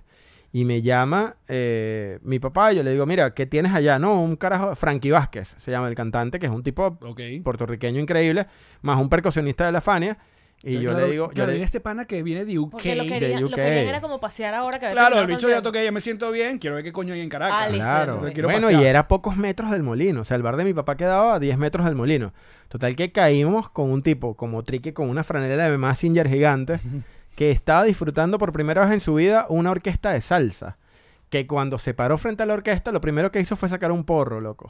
Speaker 4: Y me llama eh, mi papá y yo le digo, mira, ¿qué tienes allá? No, un carajo, Frankie Vázquez, se llama el cantante, que es un tipo
Speaker 2: Ok.
Speaker 4: puertorriqueño increíble, más un percusionista de la Fania. Y yo
Speaker 2: Claro,
Speaker 4: le digo, yo
Speaker 2: claro,
Speaker 4: le-
Speaker 2: viene este pana que viene de UK.
Speaker 3: Porque lo,
Speaker 4: de
Speaker 3: querían, lo
Speaker 4: UK.
Speaker 3: querían era como pasear ahora que había
Speaker 2: Claro, el
Speaker 3: terminado
Speaker 2: bicho ya
Speaker 3: concierto.
Speaker 2: toqué, ya me siento bien, quiero ver qué coño hay en Caracas.
Speaker 3: Ah, listo.
Speaker 4: Claro.
Speaker 3: O sea,
Speaker 2: quiero
Speaker 4: bueno,
Speaker 2: pasear.
Speaker 4: y era a pocos metros del molino. O sea, el bar de mi papá quedaba a 10 metros del molino. Total que caímos con un tipo como trique con una franela de Massinger gigante que estaba disfrutando por primera vez en su vida una orquesta de salsa. Que cuando se paró frente a la orquesta, lo primero que hizo fue sacar un porro, loco.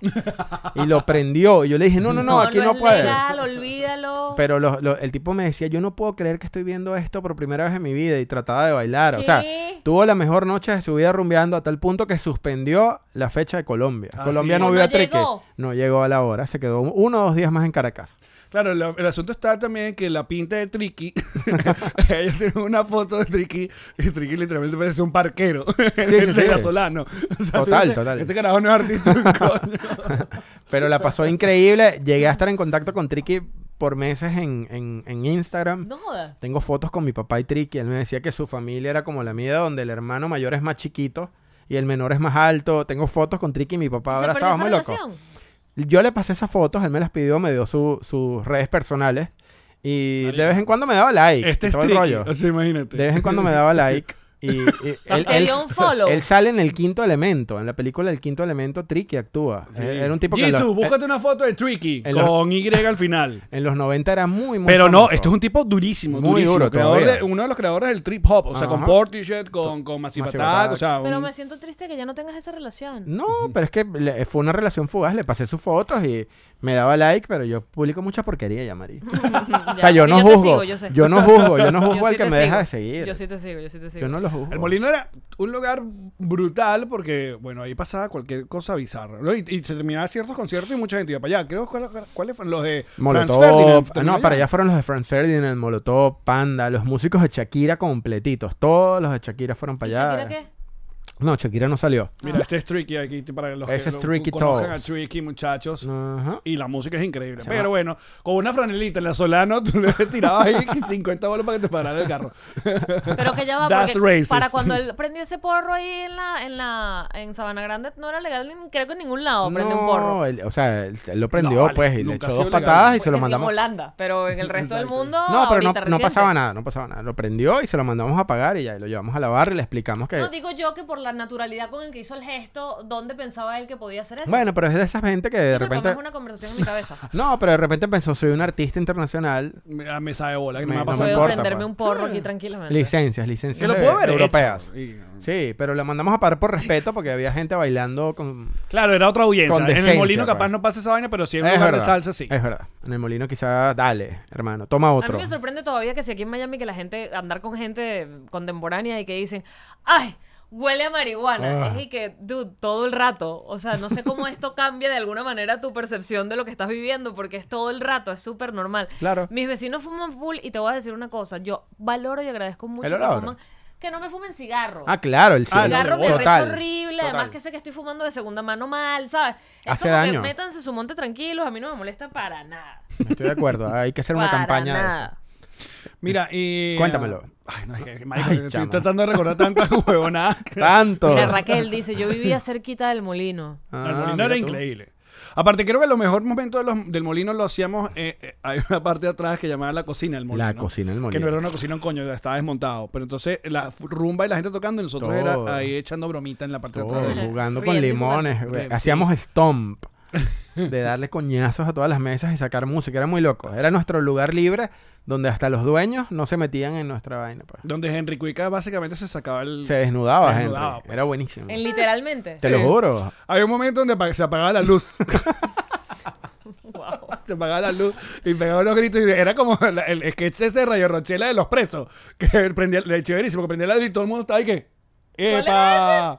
Speaker 4: y lo prendió. Y yo le dije, no, no, no, aquí no,
Speaker 3: es
Speaker 4: puedes.
Speaker 3: legal, olvídalo.
Speaker 4: Pero lo- lo- el tipo me decía, yo no puedo creer que estoy viendo esto por primera vez en mi vida y trataba de bailar. O sea,
Speaker 3: ¿Qué?
Speaker 4: tuvo la mejor noche de su vida rumbeando a tal punto que suspendió la fecha de Colombia.
Speaker 2: Ah,
Speaker 4: Colombia
Speaker 2: sí.
Speaker 4: no
Speaker 3: No
Speaker 4: vio a Trique.
Speaker 3: llegó.
Speaker 4: No llegó a la hora, se quedó uno o dos días más en Caracas.
Speaker 2: Claro, lo- el asunto está también que la pinta de Tricky, ellos tienen una foto de Tricky y Tricky literalmente parece un parquero
Speaker 4: sí,
Speaker 2: de
Speaker 4: sí.
Speaker 2: gasolano. O sea, tú
Speaker 4: Total,
Speaker 2: dices,
Speaker 4: total.
Speaker 2: Este carajo no es artista, un coño.
Speaker 4: Pero la pasó increíble. Llegué a estar en contacto con Trique por meses en, en- en Instagram.
Speaker 3: No jodas.
Speaker 4: Tengo fotos con mi papá y Tricky. Él me decía que su familia era como la mía, donde el hermano mayor es más chiquito y el menor es más alto. Tengo fotos con Tricky y mi papá
Speaker 3: ¿Se perdió
Speaker 4: abrazados,
Speaker 3: esa
Speaker 4: muy loco.
Speaker 3: relación?
Speaker 4: Yo le pasé esas fotos, él me las pidió, me dio su- sus redes personales y de vez en cuando me daba like.
Speaker 2: Este
Speaker 4: y
Speaker 2: es
Speaker 4: todo el
Speaker 2: Tricky,
Speaker 4: rollo.
Speaker 2: o sea, imagínate.
Speaker 4: De vez en cuando me daba like. Y, y él,
Speaker 3: Te
Speaker 4: él-
Speaker 3: dio un follow.
Speaker 4: él sale en el quinto elemento. En la película El quinto elemento, Tricky actúa.
Speaker 2: Sí.
Speaker 4: Él- Era un tipo que en
Speaker 2: Jesus,
Speaker 4: los,
Speaker 2: búscate una foto de Tricky
Speaker 4: en los-
Speaker 2: con Y al final.
Speaker 4: en los 90 era muy, muy
Speaker 2: Pero no,
Speaker 4: famoso.
Speaker 2: esto es un tipo durísimo,
Speaker 4: Muy
Speaker 2: durísimo.
Speaker 4: duro
Speaker 2: creador
Speaker 4: todavía.
Speaker 2: de- uno de los creadores del trip hop, o sea, con
Speaker 4: Ajá.
Speaker 2: Portishead, con, con Massive,
Speaker 4: Massive
Speaker 2: Attack,
Speaker 4: Attack.
Speaker 2: o sea,
Speaker 3: Pero
Speaker 2: un-
Speaker 3: me siento triste que ya no tengas esa relación.
Speaker 4: No, pero es que le- fue una relación fugaz. Le pasé sus fotos y me daba like, pero yo publico mucha porquería ya, Mari.
Speaker 3: Ya,
Speaker 4: o sea, yo
Speaker 3: sí,
Speaker 4: no
Speaker 3: te
Speaker 4: juzgo.
Speaker 3: sigo, yo sé.
Speaker 4: no juzgo, yo no
Speaker 3: Yo
Speaker 4: juzgo al
Speaker 3: sí
Speaker 4: que
Speaker 3: te
Speaker 4: me deja
Speaker 3: sigo.
Speaker 4: de seguir.
Speaker 3: Yo sí te sigo, yo sí te sigo.
Speaker 4: Yo no lo juzgo.
Speaker 2: El Molino era un lugar brutal porque, bueno, ahí pasaba cualquier cosa bizarra. ¿no? Y, y se terminaba ciertos conciertos y mucha gente iba para allá. Creo que cuál- cuáles fueron los de Franz
Speaker 4: Molotov.
Speaker 2: Ferdinand,
Speaker 4: ah,
Speaker 2: también
Speaker 4: no, para allá fueron los de Franz Ferdinand, Molotov, Panda, los músicos de Shakira completitos. Todos los de Shakira fueron
Speaker 3: ¿Y
Speaker 4: para allá.
Speaker 3: Shakira qué?
Speaker 4: No, Shakira no salió.
Speaker 2: Mira, este es Tricky aquí para los
Speaker 4: Ese
Speaker 2: que
Speaker 4: es
Speaker 2: lo-
Speaker 4: Tricky
Speaker 2: conozcan
Speaker 4: Toes.
Speaker 2: a Tricky, muchachos.
Speaker 4: Ajá.
Speaker 2: Y la música es increíble.
Speaker 4: Se
Speaker 2: Pero
Speaker 4: va.
Speaker 2: bueno, con una franelita en la Solano, tú le tirabas ahí 50 bolas para que te parara el carro.
Speaker 3: Pero que ya va,
Speaker 2: That's
Speaker 3: porque
Speaker 2: racist.
Speaker 3: para cuando él prendió ese porro ahí en la, en la, en Sabana Grande, no era legal, ni- creo que en ningún lado prendió un porro.
Speaker 4: él- o sea, él, él lo prendió,
Speaker 2: vale,
Speaker 4: pues, y le
Speaker 2: nunca
Speaker 4: echó
Speaker 2: ha
Speaker 4: dos
Speaker 2: sido legal.
Speaker 4: patadas y se
Speaker 3: Porque
Speaker 4: lo
Speaker 3: en
Speaker 4: mandamos.
Speaker 3: Holanda, pero en el resto del
Speaker 2: Exacto.
Speaker 3: mundo.
Speaker 4: No, pero no,
Speaker 3: ahorita,
Speaker 4: no
Speaker 3: reciente.
Speaker 4: pasaba nada, no pasaba nada. Lo prendió y se lo mandamos a pagar y ya, y lo llevamos a la barra y le explicamos que...
Speaker 3: No digo yo que por la naturalidad con el que hizo el gesto, ¿dónde pensaba él que podía hacer eso?
Speaker 4: bueno, pero es de esa gente que de
Speaker 3: Disculpa,
Speaker 4: repente...
Speaker 3: Es una conversación en mi cabeza.
Speaker 4: No, pero de repente pensó, soy un artista internacional,
Speaker 2: Me, ah, me sabe bola, que no me
Speaker 4: Me-
Speaker 2: va a
Speaker 4: no
Speaker 2: pasar
Speaker 3: Puedo
Speaker 4: importa,
Speaker 3: prenderme
Speaker 4: pues.
Speaker 3: un porro aquí tranquilamente.
Speaker 4: licencias, licencias
Speaker 2: Que lo
Speaker 4: de-
Speaker 2: puedo haber
Speaker 4: europeas.
Speaker 2: hecho. Y-
Speaker 4: Sí, pero lo mandamos a parar por respeto porque había gente bailando con...
Speaker 2: Claro, era otra audiencia.
Speaker 4: Con
Speaker 2: en el
Speaker 4: decencia,
Speaker 2: molino capaz
Speaker 4: pues.
Speaker 2: no pasa esa vaina, pero si en un
Speaker 4: Es
Speaker 2: lugar
Speaker 4: verdad,
Speaker 2: de salsa sí.
Speaker 4: Es verdad. En el molino quizá, dale, hermano, toma
Speaker 3: A mí
Speaker 4: otro.
Speaker 3: me sorprende todavía que si aquí en Miami que la gente andar con gente contemporánea y que dicen, ay, huele a marihuana.
Speaker 4: Ah.
Speaker 3: Es y que, dude, todo el rato. O sea, no sé cómo esto cambia de alguna manera tu percepción de lo que estás viviendo, porque es todo el rato, es súper normal.
Speaker 4: Claro.
Speaker 3: Mis vecinos fuman full y te voy a decir una cosa, yo valoro y agradezco mucho
Speaker 4: El
Speaker 3: que
Speaker 4: olor.
Speaker 3: fuman- que no me fumen cigarro.
Speaker 4: Ah, claro, el
Speaker 2: Ah, no, de
Speaker 3: cigarro me
Speaker 2: bola.
Speaker 3: arrecha
Speaker 4: Total,
Speaker 3: horrible,
Speaker 4: total.
Speaker 3: además que sé que estoy fumando de segunda mano mal, ¿sabes? Es
Speaker 4: Hace
Speaker 3: como que
Speaker 4: daño.
Speaker 3: métanse su monte tranquilos, a mí no me molesta para nada.
Speaker 4: Estoy de acuerdo, ah, hay que hacer una
Speaker 3: para
Speaker 4: campaña de
Speaker 3: nada.
Speaker 4: eso.
Speaker 2: Mira, y.
Speaker 4: Cuéntamelo.
Speaker 2: Ay, no, es que, marico,
Speaker 4: Ay,
Speaker 2: estoy
Speaker 4: chama.
Speaker 2: tratando de recordar tantas huevonadas. que-
Speaker 4: Tanto.
Speaker 3: Mira, Raquel dice, yo vivía cerquita del molino.
Speaker 4: Ah,
Speaker 2: el molino
Speaker 4: mira
Speaker 2: era
Speaker 4: tú.
Speaker 2: increíble. Aparte, creo que los mejores momentos de los- del molino lo hacíamos. eh, eh, hay una parte de atrás que llamaba la cocina del molino.
Speaker 4: La cocina del
Speaker 2: Que
Speaker 4: molino.
Speaker 2: no era una cocina, un coño, estaba desmontado. Pero entonces la f- rumba y la gente tocando y nosotros
Speaker 4: Todo.
Speaker 2: era ahí echando bromita en la parte de
Speaker 4: Todo,
Speaker 2: atrás.
Speaker 4: jugando con
Speaker 3: Riendo y
Speaker 4: limones. güey.
Speaker 2: Riendo, sí.
Speaker 4: Hacíamos stomp. De darle coñazos a todas las mesas y sacar música. Era muy loco. Era nuestro lugar libre donde hasta los dueños no se metían en nuestra vaina. pues.
Speaker 2: Donde Henry Cuica básicamente se sacaba el.
Speaker 4: Se desnudaba,
Speaker 2: Se
Speaker 4: gente.
Speaker 2: desnudaba, pues.
Speaker 4: Era buenísimo.
Speaker 3: En literalmente.
Speaker 4: Te lo juro.
Speaker 2: Había un momento donde apa- se apagaba la luz.
Speaker 3: Wow.
Speaker 2: se apagaba la luz y pegaba unos gritos. Y era como la- el sketch ese de Radio Rochela de los presos. Que prendía, el chéverísimo, que prendía la luz y todo el mundo estaba ahí que. ¡Epa!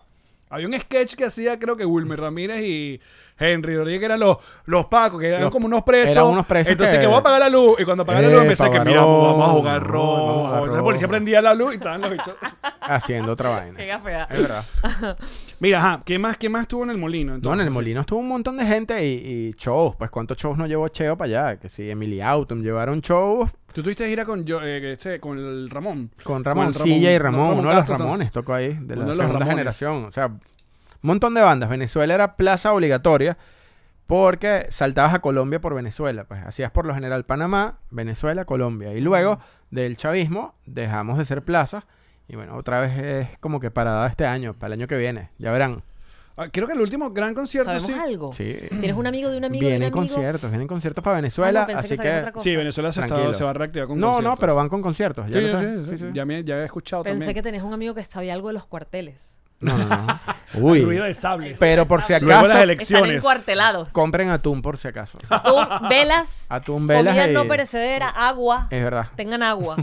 Speaker 2: Había un sketch que hacía, creo que Wilmer Ramírez y Henry Rodríguez, que eran los, los pacos, que eran
Speaker 4: Los-
Speaker 2: como unos presos.
Speaker 4: eran unos presos
Speaker 2: Entonces,
Speaker 4: que-
Speaker 2: que... voy a apagar la luz. Y cuando apagaba la luz,
Speaker 4: Epa,
Speaker 2: empecé que, mira,
Speaker 4: varón,
Speaker 2: vamos a jugar
Speaker 4: varón,
Speaker 2: rojo.
Speaker 4: vamos a jugar
Speaker 2: Entonces, el policía
Speaker 4: rojo.
Speaker 2: prendía la luz y estaban los bichos.
Speaker 4: Haciendo otra
Speaker 3: Qué
Speaker 4: vaina.
Speaker 3: gafea.
Speaker 4: Es verdad.
Speaker 2: Mira, ajá, ¿qué más, ¿qué más tuvo en el molino?
Speaker 4: No, en
Speaker 2: entonces?
Speaker 4: el Molino estuvo un montón de gente y, y shows. Pues, ¿cuántos shows no llevó Cheo para allá? Que sí, Emily Autumn llevaron shows
Speaker 2: Tú tuviste gira con, yo, eh, este, con el Ramón.
Speaker 4: con Ramón
Speaker 2: el
Speaker 4: Silla y Ramón.
Speaker 2: no,
Speaker 4: uno de los
Speaker 2: Castro,
Speaker 4: Ramones tocó ahí, de la
Speaker 2: Uno de los
Speaker 4: segunda
Speaker 2: Ramones.
Speaker 4: generación. O sea, un montón de bandas. Venezuela era plaza obligatoria porque saltabas a Colombia por Venezuela. Pues hacías por lo general Panamá, Venezuela, Colombia. Y luego del chavismo dejamos de ser plaza. Y bueno, otra vez es como que parada este año, para el año que viene. Ya verán.
Speaker 2: Ah, Creo que el último gran concierto
Speaker 3: ¿Sabemos
Speaker 2: sí.
Speaker 3: algo?
Speaker 4: Sí.
Speaker 3: ¿Tienes un amigo de un este amigo de un
Speaker 4: Vienen
Speaker 3: amigo?
Speaker 4: conciertos, vienen conciertos para Venezuela.
Speaker 3: Ah, no, pensé que
Speaker 4: así
Speaker 3: sabías otra
Speaker 4: que.
Speaker 3: cosa.
Speaker 2: Sí, Venezuela se, está-
Speaker 4: Tranquilos.
Speaker 2: se va a reactivar con
Speaker 4: No, no,
Speaker 2: conciertos.
Speaker 4: pero van con conciertos. Ya
Speaker 2: Sí,
Speaker 4: lo
Speaker 2: sí,
Speaker 4: sabes.
Speaker 2: sí,
Speaker 4: Sí, sí.
Speaker 2: Ya, me, ya he escuchado
Speaker 3: Pensé que
Speaker 2: también.
Speaker 3: tenías un amigo que sabía algo de los cuarteles.
Speaker 4: No, no, no.
Speaker 2: El ruido
Speaker 4: Uy.
Speaker 2: de sables.
Speaker 4: Pero por si
Speaker 2: Luego las
Speaker 4: acaso,
Speaker 3: Están
Speaker 2: elecciones.
Speaker 3: encuartelados.
Speaker 4: compren atún por si acaso.
Speaker 3: Atún, velas,
Speaker 4: Atún, velas eh,
Speaker 3: comida
Speaker 4: y-
Speaker 3: no perecedera, agua.
Speaker 4: Es verdad.
Speaker 3: Tengan agua.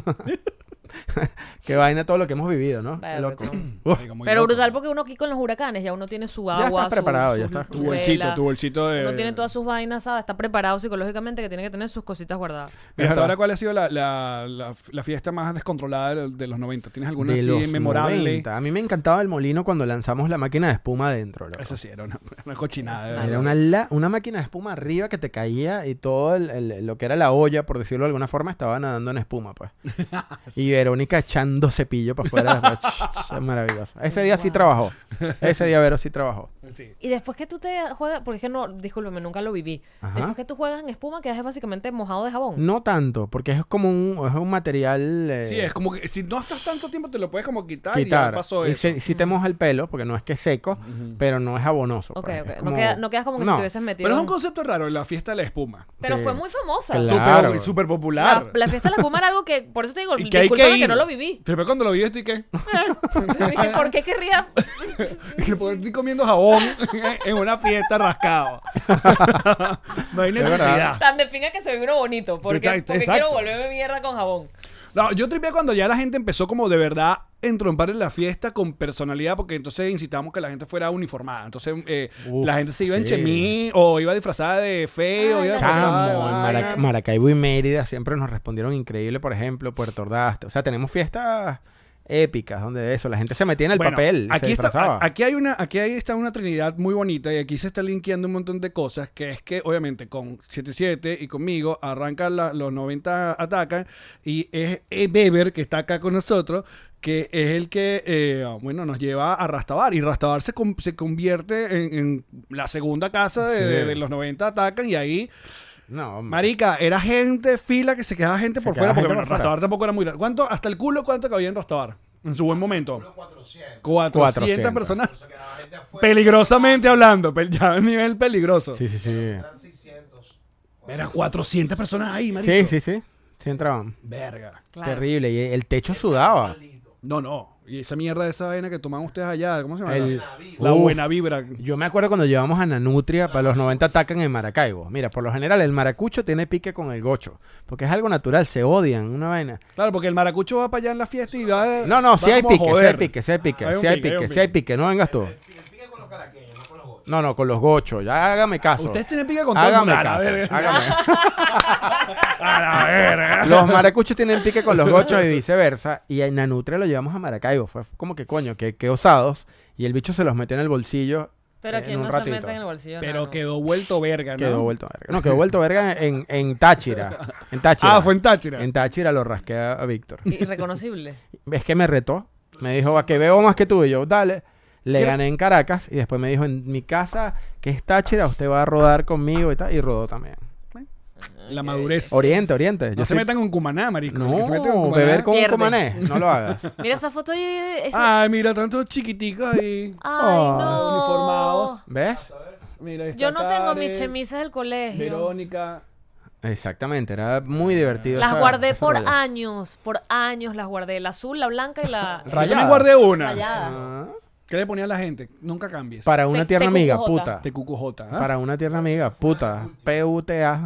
Speaker 4: Qué vaina todo lo que hemos vivido, ¿no? Qué
Speaker 3: Vale,
Speaker 4: loco.
Speaker 3: chamo.
Speaker 4: Uf,
Speaker 2: Marico, muy
Speaker 3: Pero
Speaker 2: loco.
Speaker 3: brutal porque uno aquí con los huracanes ya uno tiene su
Speaker 4: Ya
Speaker 3: agua.
Speaker 4: estás
Speaker 3: su-
Speaker 4: preparado,
Speaker 3: su-
Speaker 4: ya estás.
Speaker 3: su
Speaker 2: Tu bolsito,
Speaker 3: vela.
Speaker 2: tu bolsito de...
Speaker 3: Uno
Speaker 4: eh.
Speaker 3: tiene todas sus vainas, ¿sabes? Está preparado psicológicamente que tiene que tener sus cositas guardadas.
Speaker 2: Mira,
Speaker 4: Es
Speaker 2: hasta
Speaker 4: verdad.
Speaker 2: ahora, ¿cuál ha sido la, la, la, la fiesta más descontrolada de, de los 90? ¿Tienes alguna
Speaker 4: de
Speaker 2: así
Speaker 4: los
Speaker 2: memorable?
Speaker 4: 90. A mí me encantaba el molino cuando lanzamos la máquina de espuma adentro. loco.
Speaker 2: Eso sí, era una, una cochinada. de
Speaker 4: Era
Speaker 2: verdad.
Speaker 4: una, la- una máquina de espuma arriba que te caía y todo el- el- lo que era la olla, por decirlo de alguna forma, estaba nadando en espuma, pues. Y Verónica echando cepillo para afuera. es maravilloso. Ese día sí trabajó. Ese día Vero sí trabajó.
Speaker 2: Sí.
Speaker 3: Y después que tú te juegas, porque es que no, discúlpeme, nunca lo viví.
Speaker 4: Ajá.
Speaker 3: Después que tú juegas en espuma, quedas básicamente mojado de jabón.
Speaker 4: No tanto, porque es como un, es un material... eh,
Speaker 2: Sí, es como que si no estás tanto tiempo te lo puedes como quitar, y
Speaker 4: quitar.
Speaker 2: ya pasó
Speaker 4: Y
Speaker 2: eso.
Speaker 4: se- sí te moja el pelo, porque no es que es seco, pero no es abonoso.
Speaker 3: Ok,
Speaker 4: pues.
Speaker 3: ok.
Speaker 4: Es
Speaker 3: No, queda- no quedas como que
Speaker 4: No.
Speaker 3: si te hubieses metido.
Speaker 2: Pero es un
Speaker 3: en-
Speaker 2: concepto raro, la fiesta de la espuma.
Speaker 3: Pero
Speaker 4: Sí.
Speaker 3: fue muy famosa.
Speaker 4: Claro.
Speaker 2: Claro. Súper popular.
Speaker 3: La, la fiesta de la espuma era algo que, por eso te digo,
Speaker 2: y que hay
Speaker 3: Ah, discúlpame
Speaker 2: que
Speaker 3: que,
Speaker 2: ir.
Speaker 3: no lo viví.
Speaker 2: Después cuando lo vi esto y qué.
Speaker 3: Dije, ¿Por qué querría?
Speaker 2: que por estoy comiendo jabón en una fiesta rascado. no hay necesidad.
Speaker 3: Tan de pinga que se vino bonito. Porque,
Speaker 2: Exacto,
Speaker 3: porque
Speaker 2: exacto.
Speaker 3: quiero volverme mierda con jabón.
Speaker 2: No, yo tripié cuando ya la gente empezó como de verdad a entrompar en la fiesta con personalidad, porque entonces incitamos que la gente fuera uniformada. Entonces eh,
Speaker 4: Uf,
Speaker 2: la gente se iba en
Speaker 4: sí.
Speaker 2: chemí o iba disfrazada de feo,
Speaker 3: Ay,
Speaker 2: iba
Speaker 3: la
Speaker 2: disfrazada de
Speaker 4: Chamo, en
Speaker 2: vaina.
Speaker 4: Maraca- Maracaibo y Mérida siempre nos respondieron increíble, por ejemplo, Puerto Ordaz. O sea, tenemos fiestas épicas, donde eso, la gente se metía en el
Speaker 2: Bueno,
Speaker 4: papel,
Speaker 2: Aquí,
Speaker 4: se
Speaker 2: está,
Speaker 4: disfrazaba.
Speaker 2: a- aquí hay una, aquí ahí está una trinidad muy bonita y aquí se está linkeando un montón de cosas que es que obviamente con 77 y conmigo arranca la- los 90 atacan y es eh, Weber que está acá con nosotros que es el que, eh, bueno, nos lleva a Rastabar. Y Rastabar se, com- se convierte en, en la segunda casa de,
Speaker 4: Sí.
Speaker 2: de- de los 90 atacan y ahí,
Speaker 4: no, hombre.
Speaker 2: marica, era gente, fila, que se quedaba gente por fuera,
Speaker 4: quedaba
Speaker 2: porque
Speaker 4: gente
Speaker 2: bueno,
Speaker 4: por fuera.
Speaker 2: Rastabar tampoco era muy grande. ¿Cuánto, hasta el culo, cuánto cabía en Rastabar? En su buen momento. 400.
Speaker 4: 400.
Speaker 2: personas. Peligrosamente hablando, pel- ya a un nivel peligroso.
Speaker 4: Sí, sí, sí.
Speaker 2: Era 400 personas ahí, marico.
Speaker 4: Sí, sí, sí. Sí entraban.
Speaker 2: Verga.
Speaker 3: Claro.
Speaker 4: Terrible. Y el techo sudaba.
Speaker 2: No, no. Y esa mierda de esa vaina que toman ustedes allá, ¿cómo se llama?
Speaker 4: El-
Speaker 2: La
Speaker 4: Uf.
Speaker 2: buena vibra.
Speaker 4: Yo me acuerdo cuando llevamos a Nanutria para los 90 atacan en Maracaibo. Mira, por lo general el maracucho tiene pique con el gocho. Porque es algo natural, se odian, una vaina.
Speaker 2: Claro, porque el maracucho va para allá en la fiesta y va de-
Speaker 4: No, no, si
Speaker 2: va
Speaker 4: hay
Speaker 2: como a
Speaker 4: pique, si
Speaker 2: joder. Ah,
Speaker 4: hay pique, si hay pique,
Speaker 2: Hay un
Speaker 4: si hay
Speaker 2: pique, hay
Speaker 4: pique,
Speaker 2: un
Speaker 4: si hay
Speaker 2: pique.
Speaker 4: pique, no vengas tú. No, no, con los gochos, ya hágame caso.
Speaker 2: Ustedes tienen pique con todo el mundo.
Speaker 4: Hágame
Speaker 2: A la
Speaker 4: caso,
Speaker 2: verga.
Speaker 4: hágame.
Speaker 2: A la verga.
Speaker 4: Los maracuchos tienen pique con los gochos y viceversa. Y a Nanutria lo llevamos a Maracaibo. Fue como que coño, que, que osados. Y el bicho se los metió en el bolsillo.
Speaker 3: Pero
Speaker 4: eh,
Speaker 3: aquí
Speaker 4: en
Speaker 3: no
Speaker 4: un
Speaker 3: se
Speaker 4: ratito.
Speaker 3: mete en el bolsillo.
Speaker 2: Pero
Speaker 3: nano.
Speaker 2: quedó vuelto verga, ¿no?
Speaker 4: Quedó vuelto verga. No, quedó vuelto verga en, en Táchira. En Táchira.
Speaker 2: Ah, fue en Táchira.
Speaker 4: En Táchira lo rasqué a, a Víctor.
Speaker 3: Irreconocible.
Speaker 4: Es que me retó. Me dijo, va, que veo más que tú. Y yo, dale. Le
Speaker 2: ¿Qué?
Speaker 4: gané en Caracas. Y después me dijo, en mi casa, que es Táchira, usted va a rodar conmigo y tal. Y rodó también.
Speaker 2: La madurez.
Speaker 4: Oriente, Oriente.
Speaker 2: No
Speaker 4: Yo
Speaker 2: se
Speaker 4: soy-
Speaker 2: metan con Cumaná, marico. El que se mete
Speaker 4: No,
Speaker 2: Cumaná-
Speaker 4: beber con un
Speaker 3: Pierde.
Speaker 4: cumané. No lo hagas.
Speaker 3: Mira esa foto ahí. esa-
Speaker 2: Ay, mira, tantos chiquiticos ahí.
Speaker 3: Ay,
Speaker 4: Ah,
Speaker 3: no.
Speaker 2: uniformados.
Speaker 4: ¿Ves?
Speaker 2: Mira, ahí está
Speaker 3: Yo no tengo mis
Speaker 2: Karen,
Speaker 3: chemisas del colegio.
Speaker 2: Verónica.
Speaker 4: Exactamente, era muy divertido.
Speaker 3: Las
Speaker 4: esa-
Speaker 3: guardé
Speaker 4: ese
Speaker 3: por
Speaker 4: rollo.
Speaker 3: años, por años las guardé. La azul, la blanca y la
Speaker 2: Yo también
Speaker 4: Rayada.
Speaker 2: guardé una.
Speaker 3: rayada.
Speaker 4: Ah,
Speaker 2: ¿Qué le ponía a la gente? Nunca cambies.
Speaker 4: Para una
Speaker 3: Te-
Speaker 4: tierna
Speaker 3: TQJ.
Speaker 4: amiga, puta.
Speaker 2: Te cucujota. ¿ah?
Speaker 4: Para una tierna amiga, puta. PUTA.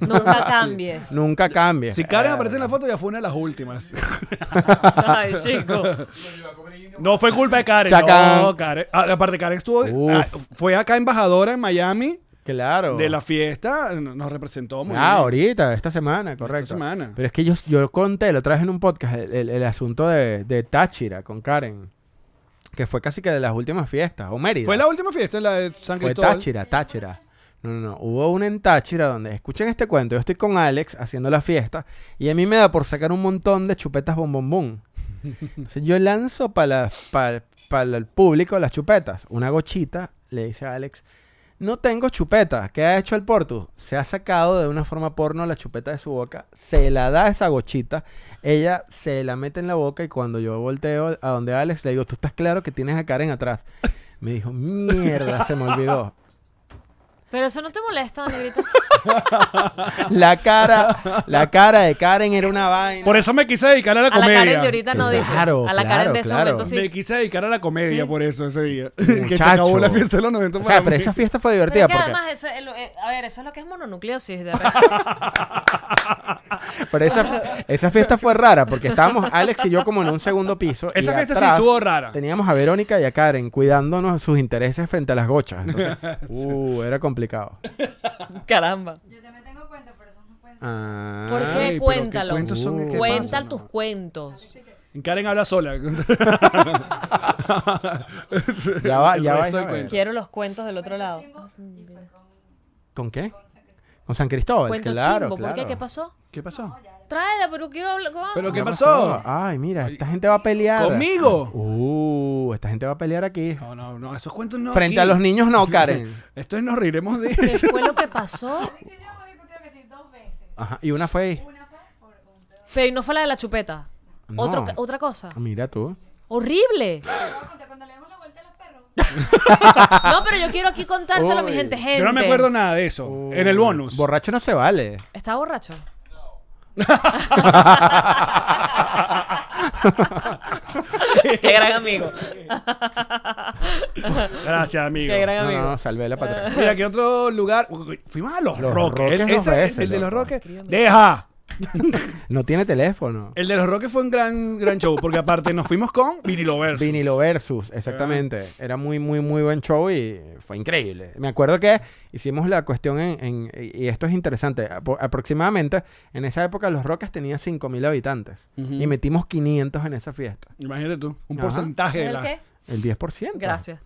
Speaker 3: Nunca cambies.
Speaker 4: Nunca cambia.
Speaker 2: Si Karen aparece en la foto, ya fue una de las últimas.
Speaker 3: Ay, chico.
Speaker 2: No fue culpa de Karen.
Speaker 4: Chacán.
Speaker 2: No, Karen. Ah, aparte, Karen estuvo.
Speaker 4: Uf.
Speaker 2: ah, fue acá embajadora en Miami
Speaker 4: Claro.
Speaker 2: de la fiesta. n- Nos representó muy
Speaker 4: Ah,
Speaker 2: bien.
Speaker 4: ahorita, esta semana, correcto.
Speaker 2: semana.
Speaker 4: Pero es que yo, yo conté, lo traje en un podcast, el, el- el asunto de, de Táchira con Karen. Que fue casi que de las últimas fiestas, o Mérida.
Speaker 2: Fue la última fiesta, la de San
Speaker 4: Fue
Speaker 2: Cristóbal.
Speaker 4: Táchira, Táchira. No, no, no. Hubo una en Táchira donde, escuchen este cuento, yo estoy con Alex haciendo la fiesta y a mí me da por sacar un montón de chupetas bombombón. Entonces yo lanzo para el público las chupetas. Una gochita le dice a Alex, no tengo chupeta. ¿Qué ha hecho el Portus? Se ha sacado de una forma porno la chupeta de su boca, se la da a esa gochita, ella se la mete en la boca y cuando yo volteo a donde Alex le digo, tú estás claro que tienes a Karen atrás. Me dijo, mierda, se me olvidó.
Speaker 3: Pero eso no te molesta, negrita.
Speaker 4: La cara, la cara de Karen era una vaina.
Speaker 2: Por eso me quise dedicar a la
Speaker 3: A la
Speaker 2: comedia.
Speaker 3: Karen de ahorita no dice.
Speaker 4: Claro,
Speaker 3: a la Karen
Speaker 4: claro,
Speaker 3: de ese
Speaker 4: claro.
Speaker 3: momento
Speaker 2: Me
Speaker 3: sí.
Speaker 2: quise dedicar a la comedia por eso ese día. que se
Speaker 4: Muchacho.
Speaker 2: acabó la fiesta de los 90
Speaker 4: o
Speaker 2: para
Speaker 4: sea, pero
Speaker 2: mí.
Speaker 4: esa fiesta fue
Speaker 3: Pero es
Speaker 4: divertida
Speaker 3: que
Speaker 4: porque,
Speaker 3: además, eso es lo- eh, a ver, eso es lo que es mononucleosis. De repente.
Speaker 4: pero esa, esa fiesta fue rara porque estábamos Alex y yo como en un segundo piso. y
Speaker 2: Esa fiesta sí
Speaker 4: atrás
Speaker 2: estuvo rara.
Speaker 4: Teníamos a Verónica y a Karen cuidándonos sus intereses frente a las gochas. Entonces, uh, era complicado.
Speaker 3: Caramba.
Speaker 4: Ah,
Speaker 3: ¿Por
Speaker 2: Ay, pero
Speaker 3: qué?
Speaker 2: qué
Speaker 3: Cuéntalo.
Speaker 2: cuentos son, ¿qué
Speaker 3: Cuenta
Speaker 2: pasa,
Speaker 3: tus
Speaker 2: no?
Speaker 3: cuentos.
Speaker 2: Karen habla sola.
Speaker 4: Ya va,
Speaker 2: El
Speaker 4: ya va,
Speaker 2: resto
Speaker 4: ya
Speaker 2: de
Speaker 4: va.
Speaker 2: cuentos.
Speaker 3: Quiero los cuentos del otro lado.
Speaker 4: ¿Con qué? Con San Cristóbal,
Speaker 3: Cuento
Speaker 4: Pues claro,
Speaker 3: chimbo. ¿Por qué?
Speaker 4: claro.
Speaker 3: ¿Qué pasó?
Speaker 2: ¿Qué pasó?
Speaker 3: Tráela, pero quiero hablar. vamos.
Speaker 2: ¿Pero qué
Speaker 4: ¿Qué
Speaker 2: pasó?
Speaker 4: Ay, mira, esta gente va a pelear.
Speaker 2: ¿Conmigo?
Speaker 4: Ah, Uh, esta gente va a pelear aquí.
Speaker 2: No, no, no. Esos cuentos no.
Speaker 4: Frente
Speaker 2: aquí.
Speaker 4: a los niños, no, Karen.
Speaker 2: Esto nos riremos de
Speaker 3: ¿Qué
Speaker 2: eso.
Speaker 3: fue lo que pasó?
Speaker 4: Ajá, y una fue ahí.
Speaker 3: Pero y no fue la de la chupeta.
Speaker 4: No.
Speaker 3: Otro ca- otra cosa.
Speaker 4: Ah, Mira tú.
Speaker 3: ¡Horrible! No, pero yo quiero aquí contárselo a mi
Speaker 4: Uy.
Speaker 3: gente, gente.
Speaker 2: Yo no me acuerdo nada de eso.
Speaker 4: Uh.
Speaker 2: En el bonus.
Speaker 4: Borracho no se vale.
Speaker 3: ¿Estaba borracho? Qué gran amigo.
Speaker 2: Gracias, amigo.
Speaker 3: Qué gran
Speaker 4: No,
Speaker 3: amigo.
Speaker 4: no, salvé la patria.
Speaker 2: Mira, ¿qué otro lugar? Uy, Fuimos a Los,
Speaker 4: Los
Speaker 2: Roques.
Speaker 4: Roques
Speaker 2: El,
Speaker 4: dos
Speaker 2: ese-
Speaker 4: veces,
Speaker 2: el de Los
Speaker 4: loco.
Speaker 2: Roques. ¡Deja!
Speaker 4: no tiene teléfono.
Speaker 2: El de los Roques fue un gran, gran show, porque aparte nos fuimos con Vinilo Versus. Ah.
Speaker 4: Vinilo versus, exactamente. Era muy, muy, muy buen show y fue increíble. Me acuerdo que hicimos la cuestión en, en- y esto es interesante, apro- aproximadamente en esa época Los Roques tenía 5.000 habitantes
Speaker 2: Ujú.
Speaker 4: y metimos 500 en esa fiesta.
Speaker 2: Imagínate tú, un
Speaker 4: Ajá.
Speaker 2: porcentaje de
Speaker 3: ¿El
Speaker 2: la...
Speaker 3: qué?
Speaker 4: El 10%.
Speaker 3: Gracias.